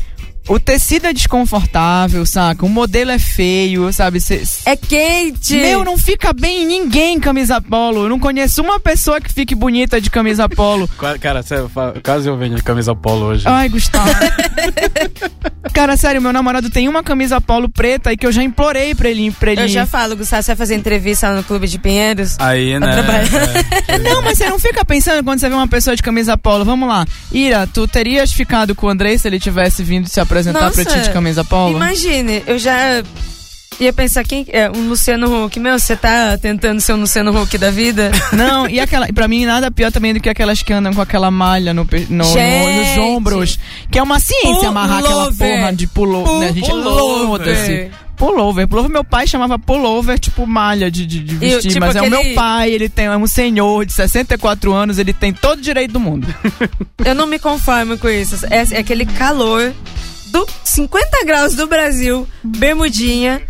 Speaker 3: O tecido é desconfortável, saca? O modelo é feio, sabe? Cê-
Speaker 4: É quente.
Speaker 3: Meu, não fica bem em ninguém camisa polo. Eu não conheço uma pessoa que fique bonita de camisa polo.
Speaker 1: Qua- Cara, sério, fa- quase eu venho de camisa polo hoje.
Speaker 3: Ai, Gustavo. *laughs* Cara, sério, meu namorado tem uma camisa polo preta e que eu já implorei pra ele. Pra ele...
Speaker 4: Eu já falo, Gustavo, você vai fazer entrevista lá no Clube de Pinheiros?
Speaker 1: Aí, né? é,
Speaker 3: Não, mas você não fica pensando quando você vê uma pessoa de camisa polo. Vamos lá. Ira, tu terias ficado com o Andrei se ele tivesse vindo se apresentar pra
Speaker 4: Nossa,
Speaker 3: ti de camisa polo?
Speaker 4: Imagine, eu já ia pensar quem é um Luciano Huck. Meu, você tá tentando ser um Luciano Huck da
Speaker 1: *laughs*
Speaker 4: vida?
Speaker 3: Não, e aquela. Pra mim, nada pior também do que aquelas que andam com aquela malha no, pe- no- no- nos
Speaker 4: Gente.
Speaker 3: ombros. Que é uma ciência amarrar aquela
Speaker 4: Pullover.
Speaker 3: porra de pullover. Né? A gente
Speaker 1: Pullover.
Speaker 3: foda-se. Pullover. Pullover, meu pai chamava pullover, tipo, malha de, de- de vestir.
Speaker 4: tipo,
Speaker 3: mas é o
Speaker 4: aquele-
Speaker 3: meu pai, ele tem, é um senhor de 64 anos, ele tem todo o direito do mundo.
Speaker 4: Eu não me conformo com isso. É, é aquele calor do 50 graus do Brasil, bermudinha,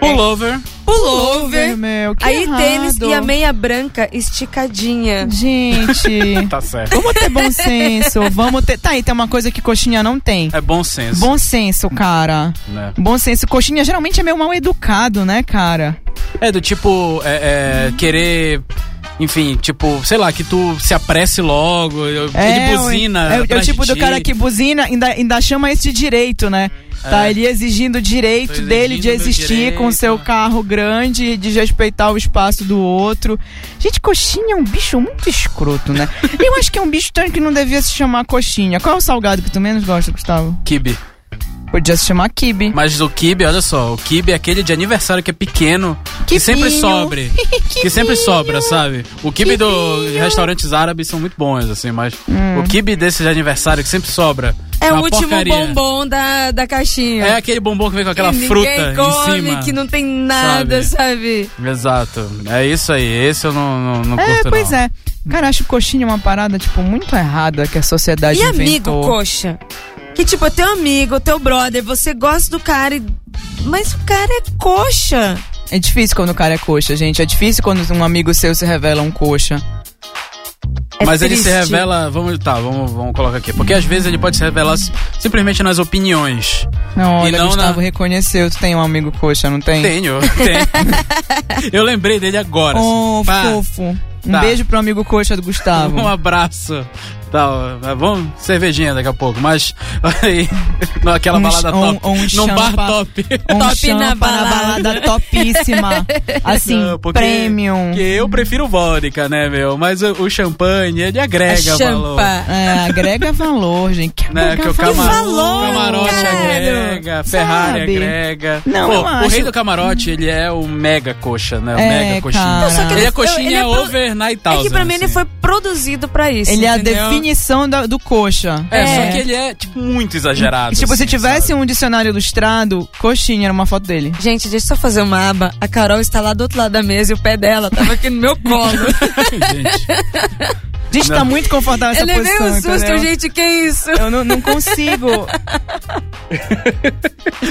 Speaker 1: É. Pullover.
Speaker 4: pullover,
Speaker 3: é meu, que
Speaker 4: aí
Speaker 3: errado.
Speaker 4: tênis e a meia branca esticadinha.
Speaker 3: Gente.
Speaker 1: Tá certo.
Speaker 3: Vamos ter bom senso, vamos ter. Tá aí, tem uma coisa que coxinha não tem.
Speaker 1: É bom senso.
Speaker 3: Bom senso, cara.
Speaker 1: Né?
Speaker 3: Bom senso. Coxinha geralmente é meio mal educado, né, cara?
Speaker 1: É do tipo, é, é, querer. Enfim, tipo, sei lá, que tu se apresse logo, eu- ele buzina.
Speaker 3: É, o- é o
Speaker 1: atrás
Speaker 3: tipo
Speaker 1: de
Speaker 3: do
Speaker 1: ti.
Speaker 3: cara que buzina, ainda, ainda chama esse de direito, né? Tá
Speaker 1: É.
Speaker 3: ele exigindo o direito
Speaker 1: Tô
Speaker 3: dele de
Speaker 1: exigindo meu
Speaker 3: existir com o seu
Speaker 1: direito.
Speaker 3: carro grande, de respeitar o espaço do outro. Gente, coxinha é um bicho muito
Speaker 1: *laughs*
Speaker 3: escroto, né? Eu acho que é um bicho tanto que não devia se chamar coxinha. Qual é o salgado que tu menos gosta, Gustavo?
Speaker 1: Kibe.
Speaker 3: Podia se chamar kibe.
Speaker 1: Mas o kibe, olha só, o kibe é aquele de aniversário que é pequeno, que
Speaker 3: Kibinho.
Speaker 1: sempre sobre. que sempre sobra, sabe? O kibe dos restaurantes árabes são muito bons, assim, mas o kibe desse de aniversário que sempre sobra.
Speaker 4: É o
Speaker 1: uma
Speaker 4: último
Speaker 1: porcaria.
Speaker 4: bombom da, da caixinha.
Speaker 1: É aquele bombom que vem com aquela
Speaker 4: Que
Speaker 1: fruta
Speaker 4: ninguém come,
Speaker 1: em cima.
Speaker 4: que não tem nada, sabe?
Speaker 1: Exato. É isso aí. Esse eu não, não, não
Speaker 3: É,
Speaker 1: curto,
Speaker 3: pois
Speaker 1: não.
Speaker 3: é. Cara, acho coxinha uma parada, tipo, muito errada que a sociedade
Speaker 4: E amigo,
Speaker 3: inventou.
Speaker 4: coxa? Que tipo, é teu amigo, teu brother, você gosta do cara, e... mas o cara é coxa.
Speaker 3: É difícil quando o cara é coxa, gente. É difícil quando um amigo seu se revela um coxa.
Speaker 4: É
Speaker 1: Mas ele
Speaker 4: triste.
Speaker 1: se revela. Vamos, tá, vamos, vamos colocar aqui. Porque às vezes ele pode se revelar si- simplesmente nas opiniões.
Speaker 3: Não,
Speaker 1: E
Speaker 3: olha,
Speaker 1: não
Speaker 3: Gustavo
Speaker 1: na-
Speaker 3: reconheceu. Tu tem um amigo coxa, não tem?
Speaker 1: Tenho, tenho. eu lembrei dele agora.
Speaker 3: Oh,
Speaker 1: assim. Pá,
Speaker 3: fofo. Um
Speaker 1: Tá. *laughs*
Speaker 3: beijo pro amigo coxa do Gustavo.
Speaker 1: Um abraço. Tal. Vamos, cervejinha daqui a pouco, mas *laughs* aí, naquela
Speaker 3: Um
Speaker 1: balada
Speaker 3: ch- um-
Speaker 1: top.
Speaker 3: um
Speaker 1: num bar
Speaker 3: champa-
Speaker 1: top.
Speaker 3: *laughs*
Speaker 1: *laughs*
Speaker 3: Um
Speaker 4: Top
Speaker 3: champa
Speaker 4: na
Speaker 3: na
Speaker 4: balada.
Speaker 3: balada. topíssima. Assim,
Speaker 1: Não, porque-
Speaker 3: premium.
Speaker 1: Porque eu prefiro vodka, né, meu? Mas o, o champanhe, ele agrega
Speaker 4: a
Speaker 1: valor.
Speaker 4: champa.
Speaker 3: É, agrega valor, gente. Que
Speaker 1: Né, que o
Speaker 3: valor.
Speaker 1: cama-
Speaker 4: valor,
Speaker 1: camarote
Speaker 4: caralho.
Speaker 1: agrega, Ferrari
Speaker 3: Sabe?
Speaker 1: agrega.
Speaker 3: Não,
Speaker 1: Pô,
Speaker 3: eu
Speaker 1: o
Speaker 3: acho-
Speaker 1: rei do camarote, ele é o mega coxa, né? O
Speaker 3: É,
Speaker 1: mega coxinha.
Speaker 3: cara. Não, só que
Speaker 1: ele,
Speaker 4: ele-
Speaker 1: é coxinha
Speaker 4: ele é pro-
Speaker 1: overnight
Speaker 4: É que pra mim
Speaker 1: assim.
Speaker 4: ele foi produzido pra isso.
Speaker 3: Ele é a
Speaker 4: entendeu?
Speaker 3: definição da- do coxa.
Speaker 1: É, só
Speaker 4: É.
Speaker 1: que ele é, tipo, muito exagerado.
Speaker 3: Tipo, se
Speaker 1: assim,
Speaker 3: tivesse
Speaker 1: sabe?
Speaker 3: um dicionário ilustrado, coxinha era uma foto dele.
Speaker 4: Gente, deixa eu só fazer uma aba. A Carol está lá do outro lado da mesa e o pé dela tava aqui no meu *laughs* colo.
Speaker 1: Gente,
Speaker 3: Gente,
Speaker 1: Não.
Speaker 3: tá muito confortável essa
Speaker 4: eu levei
Speaker 3: posição,
Speaker 4: um susto,
Speaker 3: entendeu?
Speaker 4: gente, que isso?
Speaker 3: Eu não, não consigo.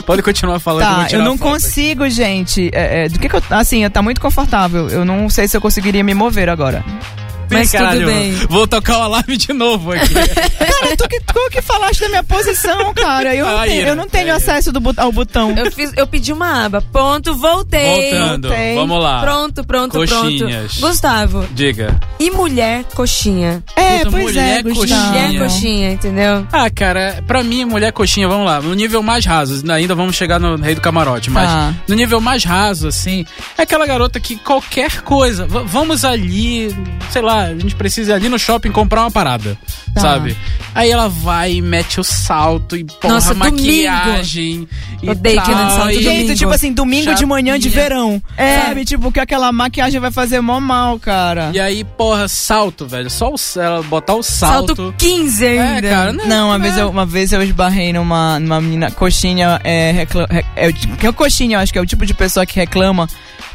Speaker 1: pode continuar falando. que eu vou
Speaker 3: tá,
Speaker 1: tirar
Speaker 3: eu não
Speaker 1: a foto aqui.
Speaker 3: consigo, gente. É, é, do que que eu... Assim, eu tá muito confortável. Eu não sei se eu conseguiria me mover agora.
Speaker 1: Ih,
Speaker 4: Mas tudo
Speaker 1: caralho,
Speaker 4: bem.
Speaker 1: Vou tocar o alarme de novo aqui.
Speaker 3: Cara, tu que, tu que falaste da minha posição, cara. Eu não
Speaker 1: Aí,
Speaker 3: tenho, eu não tenho
Speaker 1: aí.
Speaker 3: acesso do, bot- ao botão.
Speaker 4: Eu, fiz, eu pedi uma aba. Ponto, voltei.
Speaker 1: Voltando,
Speaker 3: tem.
Speaker 1: vamos lá.
Speaker 4: Pronto, pronto,
Speaker 1: Coxinhas.
Speaker 4: pronto. Gustavo,
Speaker 1: Diga.
Speaker 4: e mulher coxinha?
Speaker 3: É,
Speaker 1: Puta,
Speaker 3: pois
Speaker 1: mulher
Speaker 3: é, Gustavo.
Speaker 1: coxinha.
Speaker 4: Mulher coxinha, entendeu?
Speaker 1: Ah, cara, pra mim, mulher coxinha, vamos lá, no nível mais raso, ainda vamos chegar no rei do camarote, mas
Speaker 3: Tá.
Speaker 1: no nível mais raso, assim, é aquela garota que qualquer coisa, v- vamos ali, sei lá, a gente precisa ir ali no shopping comprar uma parada,
Speaker 3: Tá.
Speaker 1: sabe? Aí ela vai e mete o salto e porra,
Speaker 4: Nossa,
Speaker 1: maquiagem. E
Speaker 4: Odeio que não
Speaker 1: tal,
Speaker 4: salto
Speaker 1: e-
Speaker 3: Gente,
Speaker 4: Domingo.
Speaker 3: tipo assim, domingo de manhã de
Speaker 1: Chapinha.
Speaker 3: verão.
Speaker 1: É.
Speaker 3: Sabe? Tipo, que aquela maquiagem vai fazer mó mal, cara.
Speaker 1: E aí, porra, salto, velho. Só o, ela botar o salto.
Speaker 4: Salto, 15 ainda.
Speaker 1: É, cara,
Speaker 3: Não, uma, Vez eu, uma vez eu esbarrei numa, numa menina coxinha. É, recla, re- é, o ti- que é o coxinha, eu acho que é o tipo de pessoa que reclama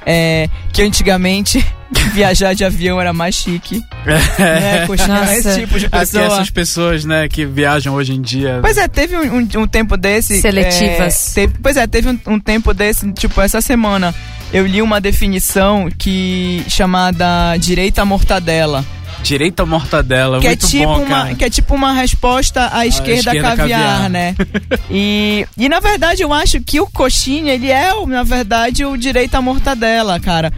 Speaker 3: é, que antigamente *laughs* viajar de avião era mais chique.
Speaker 1: *laughs*
Speaker 3: Né? Coxinha era esse
Speaker 4: Nossa.
Speaker 3: tipo de
Speaker 1: Aqui
Speaker 3: pessoa.
Speaker 1: essas pessoas, né, que viajam hoje em dia.
Speaker 3: Pois é, teve um, um- um tempo desse.
Speaker 4: Seletivas.
Speaker 3: é, teve- pois é, teve um, um tempo desse, tipo, essa semana. Eu li uma definição que chamada direita à mortadela.
Speaker 1: Direita à mortadela,
Speaker 3: que, é
Speaker 1: muito
Speaker 3: tipo
Speaker 1: bom,
Speaker 3: uma,
Speaker 1: cara.
Speaker 3: que é tipo uma resposta à esquerda,
Speaker 1: esquerda
Speaker 3: caviar,
Speaker 1: caviar. *laughs*
Speaker 3: né? e, e na verdade eu acho que o coxinha, ele é, o- na verdade, o direito à mortadela, cara.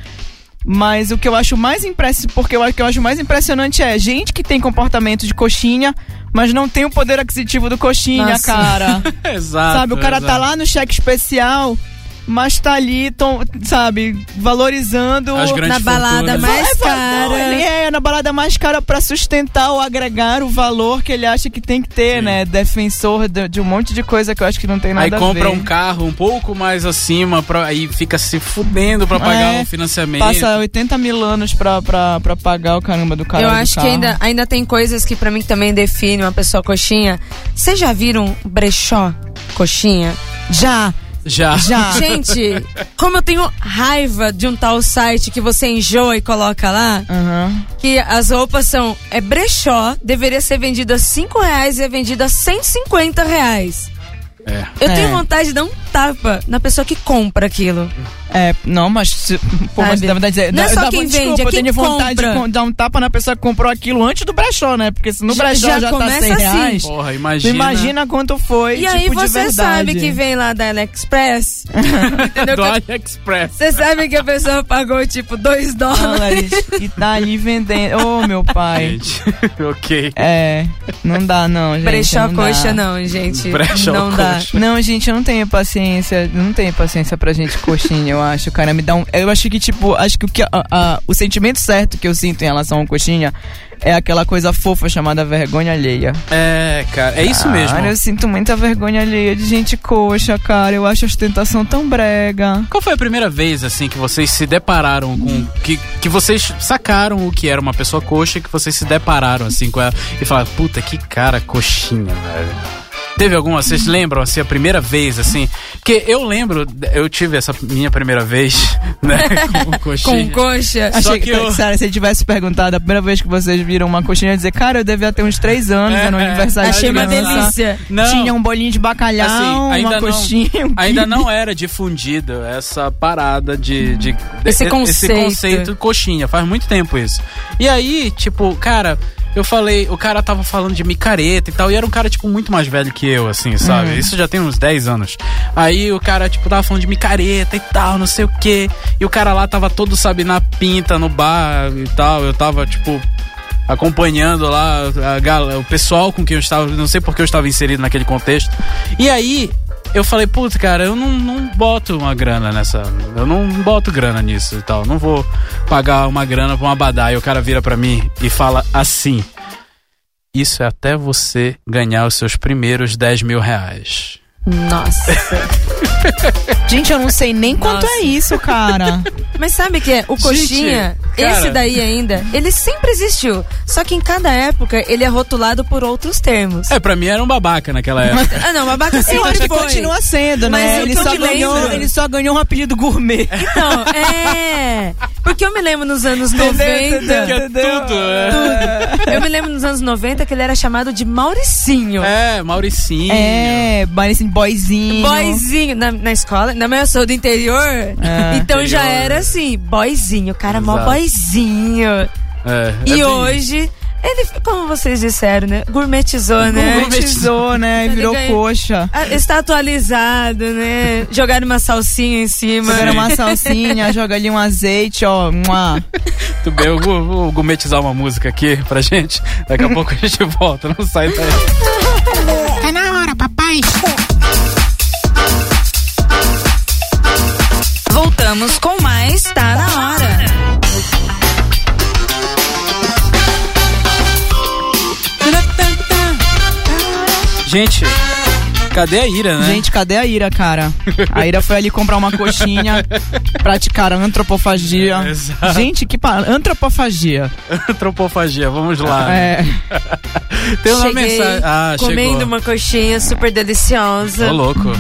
Speaker 3: Mas o que eu acho mais impressionante, porque eu acho que eu acho mais impressionante é gente que tem comportamento de coxinha, mas não tem o poder aquisitivo do coxinha,
Speaker 4: Nossa.
Speaker 3: cara.
Speaker 1: *laughs* Exato.
Speaker 3: sabe, o cara tá
Speaker 1: exato.
Speaker 3: lá no cheque especial, mas tá ali, tom- sabe, valorizando
Speaker 1: As grandes
Speaker 4: na balada
Speaker 1: fortunas.
Speaker 4: mais-
Speaker 3: é,
Speaker 4: cara.
Speaker 3: não, Ele é na balada mais cara pra sustentar ou agregar o valor que ele acha que tem que ter,
Speaker 1: Sim.
Speaker 3: né? Defensor de, de um monte de coisa que eu acho que não tem nada
Speaker 1: Aí
Speaker 3: a ver.
Speaker 1: compra um carro um pouco mais acima, pra, aí fica se fudendo pra pagar
Speaker 3: É,
Speaker 1: o financiamento.
Speaker 3: Passa 80 mil anos pra, pra, pra pagar o caramba do cara.
Speaker 4: eu
Speaker 3: do
Speaker 4: acho que
Speaker 3: carro.
Speaker 4: ainda, ainda tem coisas que pra mim também definem uma pessoa coxinha. Vocês já viram brechó coxinha?
Speaker 3: Já,
Speaker 1: Já.
Speaker 3: já. *laughs*
Speaker 4: Gente, como eu tenho raiva de um tal site que você enjoa e coloca lá,
Speaker 3: Aham.
Speaker 4: que as roupas são é brechó, deveria ser vendida R$ 5 reais e é vendida R$ 150 reais.
Speaker 1: É.
Speaker 4: Eu
Speaker 3: É.
Speaker 4: tenho vontade de dar um tapa na pessoa que compra aquilo.
Speaker 3: É, não, mas. se- Pô, mas
Speaker 4: Sabe?
Speaker 3: dá vontade de dizer.
Speaker 4: Não é
Speaker 3: dá-
Speaker 4: só
Speaker 3: dá-
Speaker 4: quem
Speaker 3: desculpa,
Speaker 4: vende, é
Speaker 3: eu
Speaker 4: quem
Speaker 3: tenho vontade de
Speaker 4: compra.
Speaker 3: con- dar um tapa na pessoa que comprou aquilo antes do brechó, né? Porque se no
Speaker 4: Já-
Speaker 3: brechó
Speaker 4: já
Speaker 3: já, tá
Speaker 4: começa
Speaker 3: 100
Speaker 4: assim.
Speaker 3: reais.
Speaker 1: Porra,
Speaker 3: tu
Speaker 1: imagina.
Speaker 3: imagina quanto foi.
Speaker 4: E
Speaker 3: tipo,
Speaker 4: aí
Speaker 3: de
Speaker 4: você
Speaker 3: verdade.
Speaker 4: sabe que vem lá da AliExpress. entendeu?
Speaker 1: do
Speaker 4: Que-
Speaker 1: AliExpress.
Speaker 4: Você sabe que a pessoa pagou tipo 2
Speaker 3: Ah,
Speaker 4: dólares.
Speaker 3: dólares e tá ali vendendo. Ô, meu pai.
Speaker 1: Gente, *laughs* ok.
Speaker 3: É, não dá não, gente.
Speaker 4: Brechó
Speaker 3: não
Speaker 4: coxa,
Speaker 3: dá.
Speaker 4: não, gente.
Speaker 1: Brechó
Speaker 4: não dá.
Speaker 1: coxa.
Speaker 3: Não, gente, eu não tenho paciência. Não tenho paciência pra gente coxinha, eu acho. Cara, me dá um. Eu acho que, tipo, acho que o, que, a- a- o sentimento certo que eu sinto em relação ao coxinha é aquela coisa fofa chamada vergonha alheia.
Speaker 1: É, cara, é isso mesmo.
Speaker 3: Cara, eu sinto muita vergonha alheia de gente coxa, cara. Eu acho a ostentação tão brega.
Speaker 1: Qual foi a primeira vez, assim, que vocês se depararam com. Que, que vocês sacaram o que era uma pessoa coxa e que vocês se depararam, assim, com ela e falaram, puta, que cara coxinha, velho. Teve alguma, vocês lembram, assim, a primeira vez, assim? Porque eu lembro, eu tive essa minha primeira vez, *laughs* né, com coxinha.
Speaker 4: Com coxa.
Speaker 1: Só
Speaker 3: Achei
Speaker 1: que
Speaker 3: *laughs*
Speaker 1: eu-
Speaker 3: Sério, se ele tivesse perguntado a primeira vez que vocês viram uma coxinha, eu ia dizer, cara, eu devia ter uns três anos, era um
Speaker 1: É, é.
Speaker 3: aniversário de
Speaker 4: Achei uma
Speaker 3: criança.
Speaker 4: delícia.
Speaker 1: Não.
Speaker 3: Tinha um bolinho de bacalhau,
Speaker 1: Assim, ainda
Speaker 3: uma
Speaker 1: não-
Speaker 3: coxinha. um
Speaker 1: Ainda
Speaker 3: quibe.
Speaker 1: não era difundida essa parada de. de
Speaker 4: Esse
Speaker 1: e-
Speaker 4: conceito.
Speaker 1: conceito coxinha, faz muito tempo isso. E aí, tipo, cara, eu falei, o cara tava falando de micareta e tal, e era um cara, tipo, muito mais velho que eu, assim, sabe?
Speaker 4: Uhum.
Speaker 1: Isso já tem uns 10 anos. Aí o cara, tipo, tava falando de micareta e tal, não sei o quê. E o cara lá tava todo, sabe, na pinta, no bar e tal. Eu tava, tipo. acompanhando lá a gal- o pessoal com quem eu estava, não sei porque eu estava inserido naquele contexto. E aí eu falei, puta, cara, eu não, não boto uma grana nessa. Eu não boto grana nisso e tal. Não vou pagar uma grana pra um abadá. E o cara vira pra mim e fala assim: Isso é até você ganhar os seus primeiros 10 mil reais.
Speaker 4: Nossa.
Speaker 3: Gente, eu não sei nem quanto é isso, cara.
Speaker 4: Mas sabe que é? O coxinha,
Speaker 1: cara.
Speaker 4: esse daí ainda, ele sempre existiu. Só que em cada época ele é rotulado por outros termos.
Speaker 1: É, pra mim era um babaca naquela época.
Speaker 4: *laughs* Ah, não, babaca
Speaker 3: Eu
Speaker 4: sempre
Speaker 3: acho que
Speaker 4: foi.
Speaker 3: continua sendo,
Speaker 4: Mas
Speaker 3: né?
Speaker 4: eu
Speaker 3: Ele
Speaker 4: tô
Speaker 3: só,
Speaker 4: te
Speaker 3: ganhou,
Speaker 4: lembrando.
Speaker 3: ele só ganhou um apelido gourmet.
Speaker 4: Então, é. Porque eu me lembro nos anos
Speaker 3: Entendeu?
Speaker 4: 90.
Speaker 3: Entendeu?
Speaker 1: Tudo, é.
Speaker 4: Eu me lembro nos anos 90 que ele era chamado de Mauricinho.
Speaker 1: É, Mauricinho.
Speaker 3: É, parece boyzinho.
Speaker 4: Boyzinho na, na escola, na minha eu sou do interior,
Speaker 3: É,
Speaker 4: então já
Speaker 1: Interior.
Speaker 4: era assim, boyzinho, cara, mó
Speaker 1: Exato.
Speaker 4: boyzinho.
Speaker 1: É, é
Speaker 4: E
Speaker 1: bem-
Speaker 4: hoje, ele, como vocês disseram, né? Gourmetizou, né?
Speaker 3: Gourmetizou, né?
Speaker 4: Ele
Speaker 3: Virou
Speaker 4: ganha-
Speaker 3: coxa.
Speaker 4: Ah, Está atualizado, né? Jogaram uma salsinha em cima.
Speaker 3: Joga
Speaker 1: Sim.
Speaker 3: uma salsinha, *laughs* joga ali um azeite, ó. Mua.
Speaker 1: Muito bem, eu vou, vou gourmetizar uma música aqui pra gente. Daqui a pouco a gente volta, não sai daí.
Speaker 5: Tá na hora, papai.
Speaker 4: Voltamos com mais Tá Na Hora.
Speaker 1: Gente, cadê a ira, né? *laughs*
Speaker 3: Gente, cadê a Ira, cara? A Ira foi ali comprar uma coxinha, praticar antropofagia.
Speaker 1: É, Exato.
Speaker 3: Gente, que pa... antropofagia.
Speaker 1: Antropofagia, vamos lá.
Speaker 3: É.
Speaker 1: Tem uma
Speaker 4: Cheguei
Speaker 1: mensagem. Ah,
Speaker 4: comendo
Speaker 1: chegou.
Speaker 4: uma coxinha super deliciosa.
Speaker 1: Ô, louco. Ô,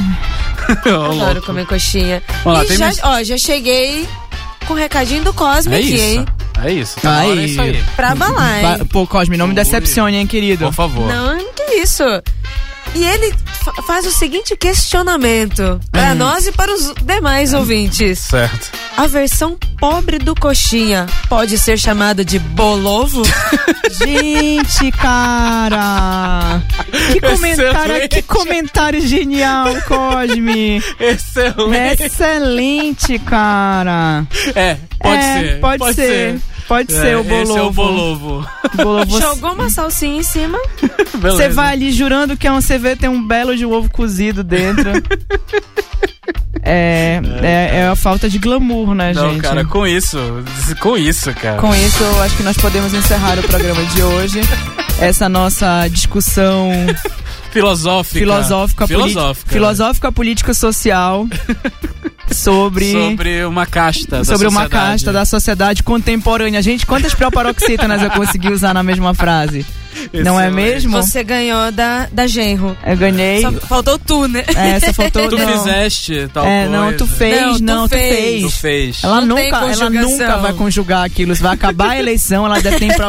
Speaker 4: Adoro
Speaker 1: louco.
Speaker 4: comer coxinha.
Speaker 1: Olha lá,
Speaker 4: e
Speaker 1: tem
Speaker 4: já,
Speaker 1: mens-
Speaker 4: ó, já cheguei com o recadinho do Cosme
Speaker 1: É
Speaker 4: aqui,
Speaker 1: isso.
Speaker 4: hein?
Speaker 1: É isso. Tá na hora, é isso aí.
Speaker 4: Pra balar,
Speaker 3: Vai-
Speaker 4: hein?
Speaker 3: Pô, Cosme, não me decepcione, hein, querido.
Speaker 1: Por favor.
Speaker 4: Não, que isso? E ele fa- faz o seguinte questionamento para
Speaker 1: Hum.
Speaker 4: nós e para os demais ouvintes.
Speaker 1: Certo.
Speaker 4: A versão pobre do coxinha pode ser chamada de *laughs* bolovo?
Speaker 3: Gente, cara! Que comentário,
Speaker 1: Excelente.
Speaker 3: que comentário genial,
Speaker 1: *laughs*
Speaker 3: Cosme!
Speaker 1: Excelente.
Speaker 3: Excelente, cara!
Speaker 1: É, pode
Speaker 3: É,
Speaker 1: ser.
Speaker 3: Pode, ser. Pode ser o
Speaker 1: É,
Speaker 3: bolovo.
Speaker 1: Esse é o bolovo. *laughs*
Speaker 3: Bolovo, você-
Speaker 4: Jogou uma salsinha em cima.
Speaker 1: Beleza.
Speaker 3: Você vai ali jurando que é um CV, tem um belo de ovo
Speaker 1: *laughs*
Speaker 3: cozido dentro. é, é, é a falta de glamour, né,
Speaker 1: Não,
Speaker 3: gente?
Speaker 1: cara, com isso. Com isso, cara.
Speaker 3: Com isso, eu acho que nós podemos encerrar o programa de hoje. Essa nossa discussão
Speaker 1: Filosófica.
Speaker 3: filosófica, politi-
Speaker 1: Filosófica. né?
Speaker 3: filosófica política social
Speaker 1: *laughs*
Speaker 3: sobre
Speaker 1: Sobre uma casta. da
Speaker 3: sobre uma
Speaker 1: sociedade.
Speaker 3: casta da sociedade contemporânea. Gente, quantas proparoxítonas eu consegui usar na mesma frase? Não é
Speaker 1: Excelente.
Speaker 3: mesmo?
Speaker 4: Você ganhou da, da genro.
Speaker 3: Eu ganhei.
Speaker 4: Só faltou tu, né?
Speaker 3: É, só faltou
Speaker 1: *laughs* Tu
Speaker 3: não.
Speaker 1: fizeste tal
Speaker 3: É,
Speaker 1: coisa.
Speaker 3: não, tu fez,
Speaker 4: Não,
Speaker 3: não,
Speaker 4: tu
Speaker 3: tu
Speaker 4: fez.
Speaker 3: fez.
Speaker 1: Tu fez.
Speaker 3: Ela
Speaker 4: Não tem
Speaker 3: nunca, ela
Speaker 4: conjugação.
Speaker 3: nunca vai conjugar aquilo. Vai acabar a eleição, ela deve
Speaker 1: *laughs*
Speaker 3: ter pro...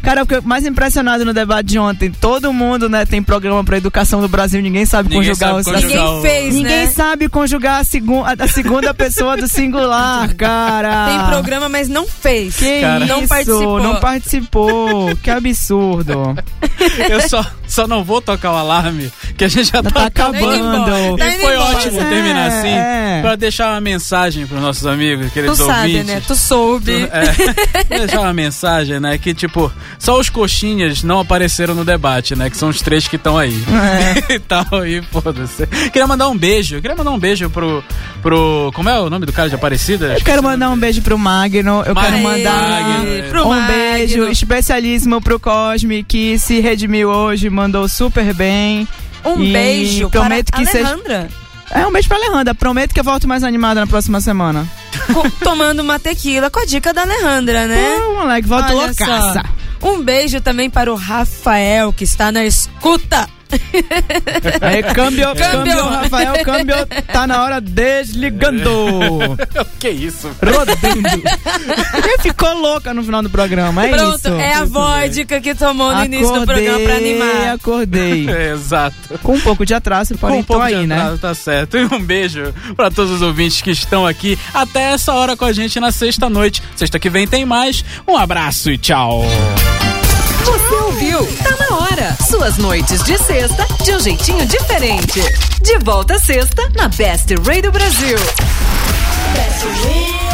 Speaker 3: Cara, o que eu mais impressionado no debate de ontem, todo mundo, né, tem programa pra educação do Brasil, ninguém sabe
Speaker 1: Ninguém
Speaker 3: conjugar
Speaker 1: sabe
Speaker 3: os
Speaker 1: conjugar. É.
Speaker 4: Ninguém
Speaker 1: Jogar o-
Speaker 4: fez, né?
Speaker 3: Ninguém sabe conjugar a, segun- a- a segunda pessoa do singular,
Speaker 1: *laughs*
Speaker 3: cara.
Speaker 4: Tem programa, mas não fez.
Speaker 3: Que
Speaker 1: Cara.
Speaker 3: isso?
Speaker 4: Não participou.
Speaker 3: Não participou. Que absurdo.
Speaker 1: Eu só, só não vou tocar o alarme, que a gente já tá,
Speaker 3: Tá
Speaker 4: embora.
Speaker 3: acabando.
Speaker 4: Tá
Speaker 1: E
Speaker 4: indo
Speaker 1: foi
Speaker 4: embora.
Speaker 1: ótimo
Speaker 3: É,
Speaker 1: terminar assim,
Speaker 3: é.
Speaker 1: pra deixar uma mensagem pros nossos amigos,
Speaker 4: Tu
Speaker 1: queridos
Speaker 4: sabe,
Speaker 1: ouvintes.
Speaker 4: né? Tu soube.
Speaker 1: É, *laughs* vou deixar uma mensagem, né? Que tipo, só os coxinhas não apareceram no debate, né? Que são os três que estão aí.
Speaker 3: É.
Speaker 1: *laughs* e tal, e foda-se. Queria mandar um beijo, queria mandar um beijo pro. pro. Como é o nome do cara de Aparecida?
Speaker 3: Eu quero
Speaker 1: *laughs*
Speaker 3: mandar um beijo pro Magno. Eu quero
Speaker 1: Magno.
Speaker 3: mandar
Speaker 1: Magno.
Speaker 4: Pro
Speaker 3: É. um
Speaker 4: Magno.
Speaker 3: beijo especialíssimo pro Cosme, que se redimiu hoje, mandou super bem.
Speaker 4: Um
Speaker 3: E
Speaker 4: beijo
Speaker 3: prometo
Speaker 4: para
Speaker 3: que seja-
Speaker 4: Alejandra.
Speaker 3: É um beijo pra Alejandra. Prometo que eu volto mais animada na próxima semana.
Speaker 4: co- tomando uma tequila com a dica da Alejandra, né?
Speaker 3: Pô, moleque, volto
Speaker 4: Olha
Speaker 3: loucaça.
Speaker 4: só. Um beijo também para o Rafael, que está na escuta.
Speaker 3: Aí, É, câmbio,
Speaker 4: *laughs* Câmbio.
Speaker 3: câmbio, Rafael, câmbio, tá na hora
Speaker 1: *laughs*
Speaker 3: desligando.
Speaker 1: que é isso?
Speaker 3: Rodando. Ele ficou louca no final do programa, é
Speaker 4: Pronto,
Speaker 3: isso.
Speaker 4: é a vodka que tomou no início do programa para
Speaker 1: *laughs*
Speaker 4: animar.
Speaker 3: Acordei.
Speaker 1: É, Exato.
Speaker 3: Com um pouco de atraso,
Speaker 1: Com
Speaker 3: porém
Speaker 1: um
Speaker 3: tô
Speaker 1: pouco
Speaker 3: aí,
Speaker 1: de
Speaker 3: né?
Speaker 1: atraso, Tá certo. E um beijo pra todos os ouvintes que estão aqui até essa hora com a gente na sexta noite. Sexta que vem tem mais. Um abraço e tchau.
Speaker 2: Você ouviu? Tá na hora. Suas noites de sexta de um jeitinho diferente. De volta sexta na Best Radio Brasil. Best Radio.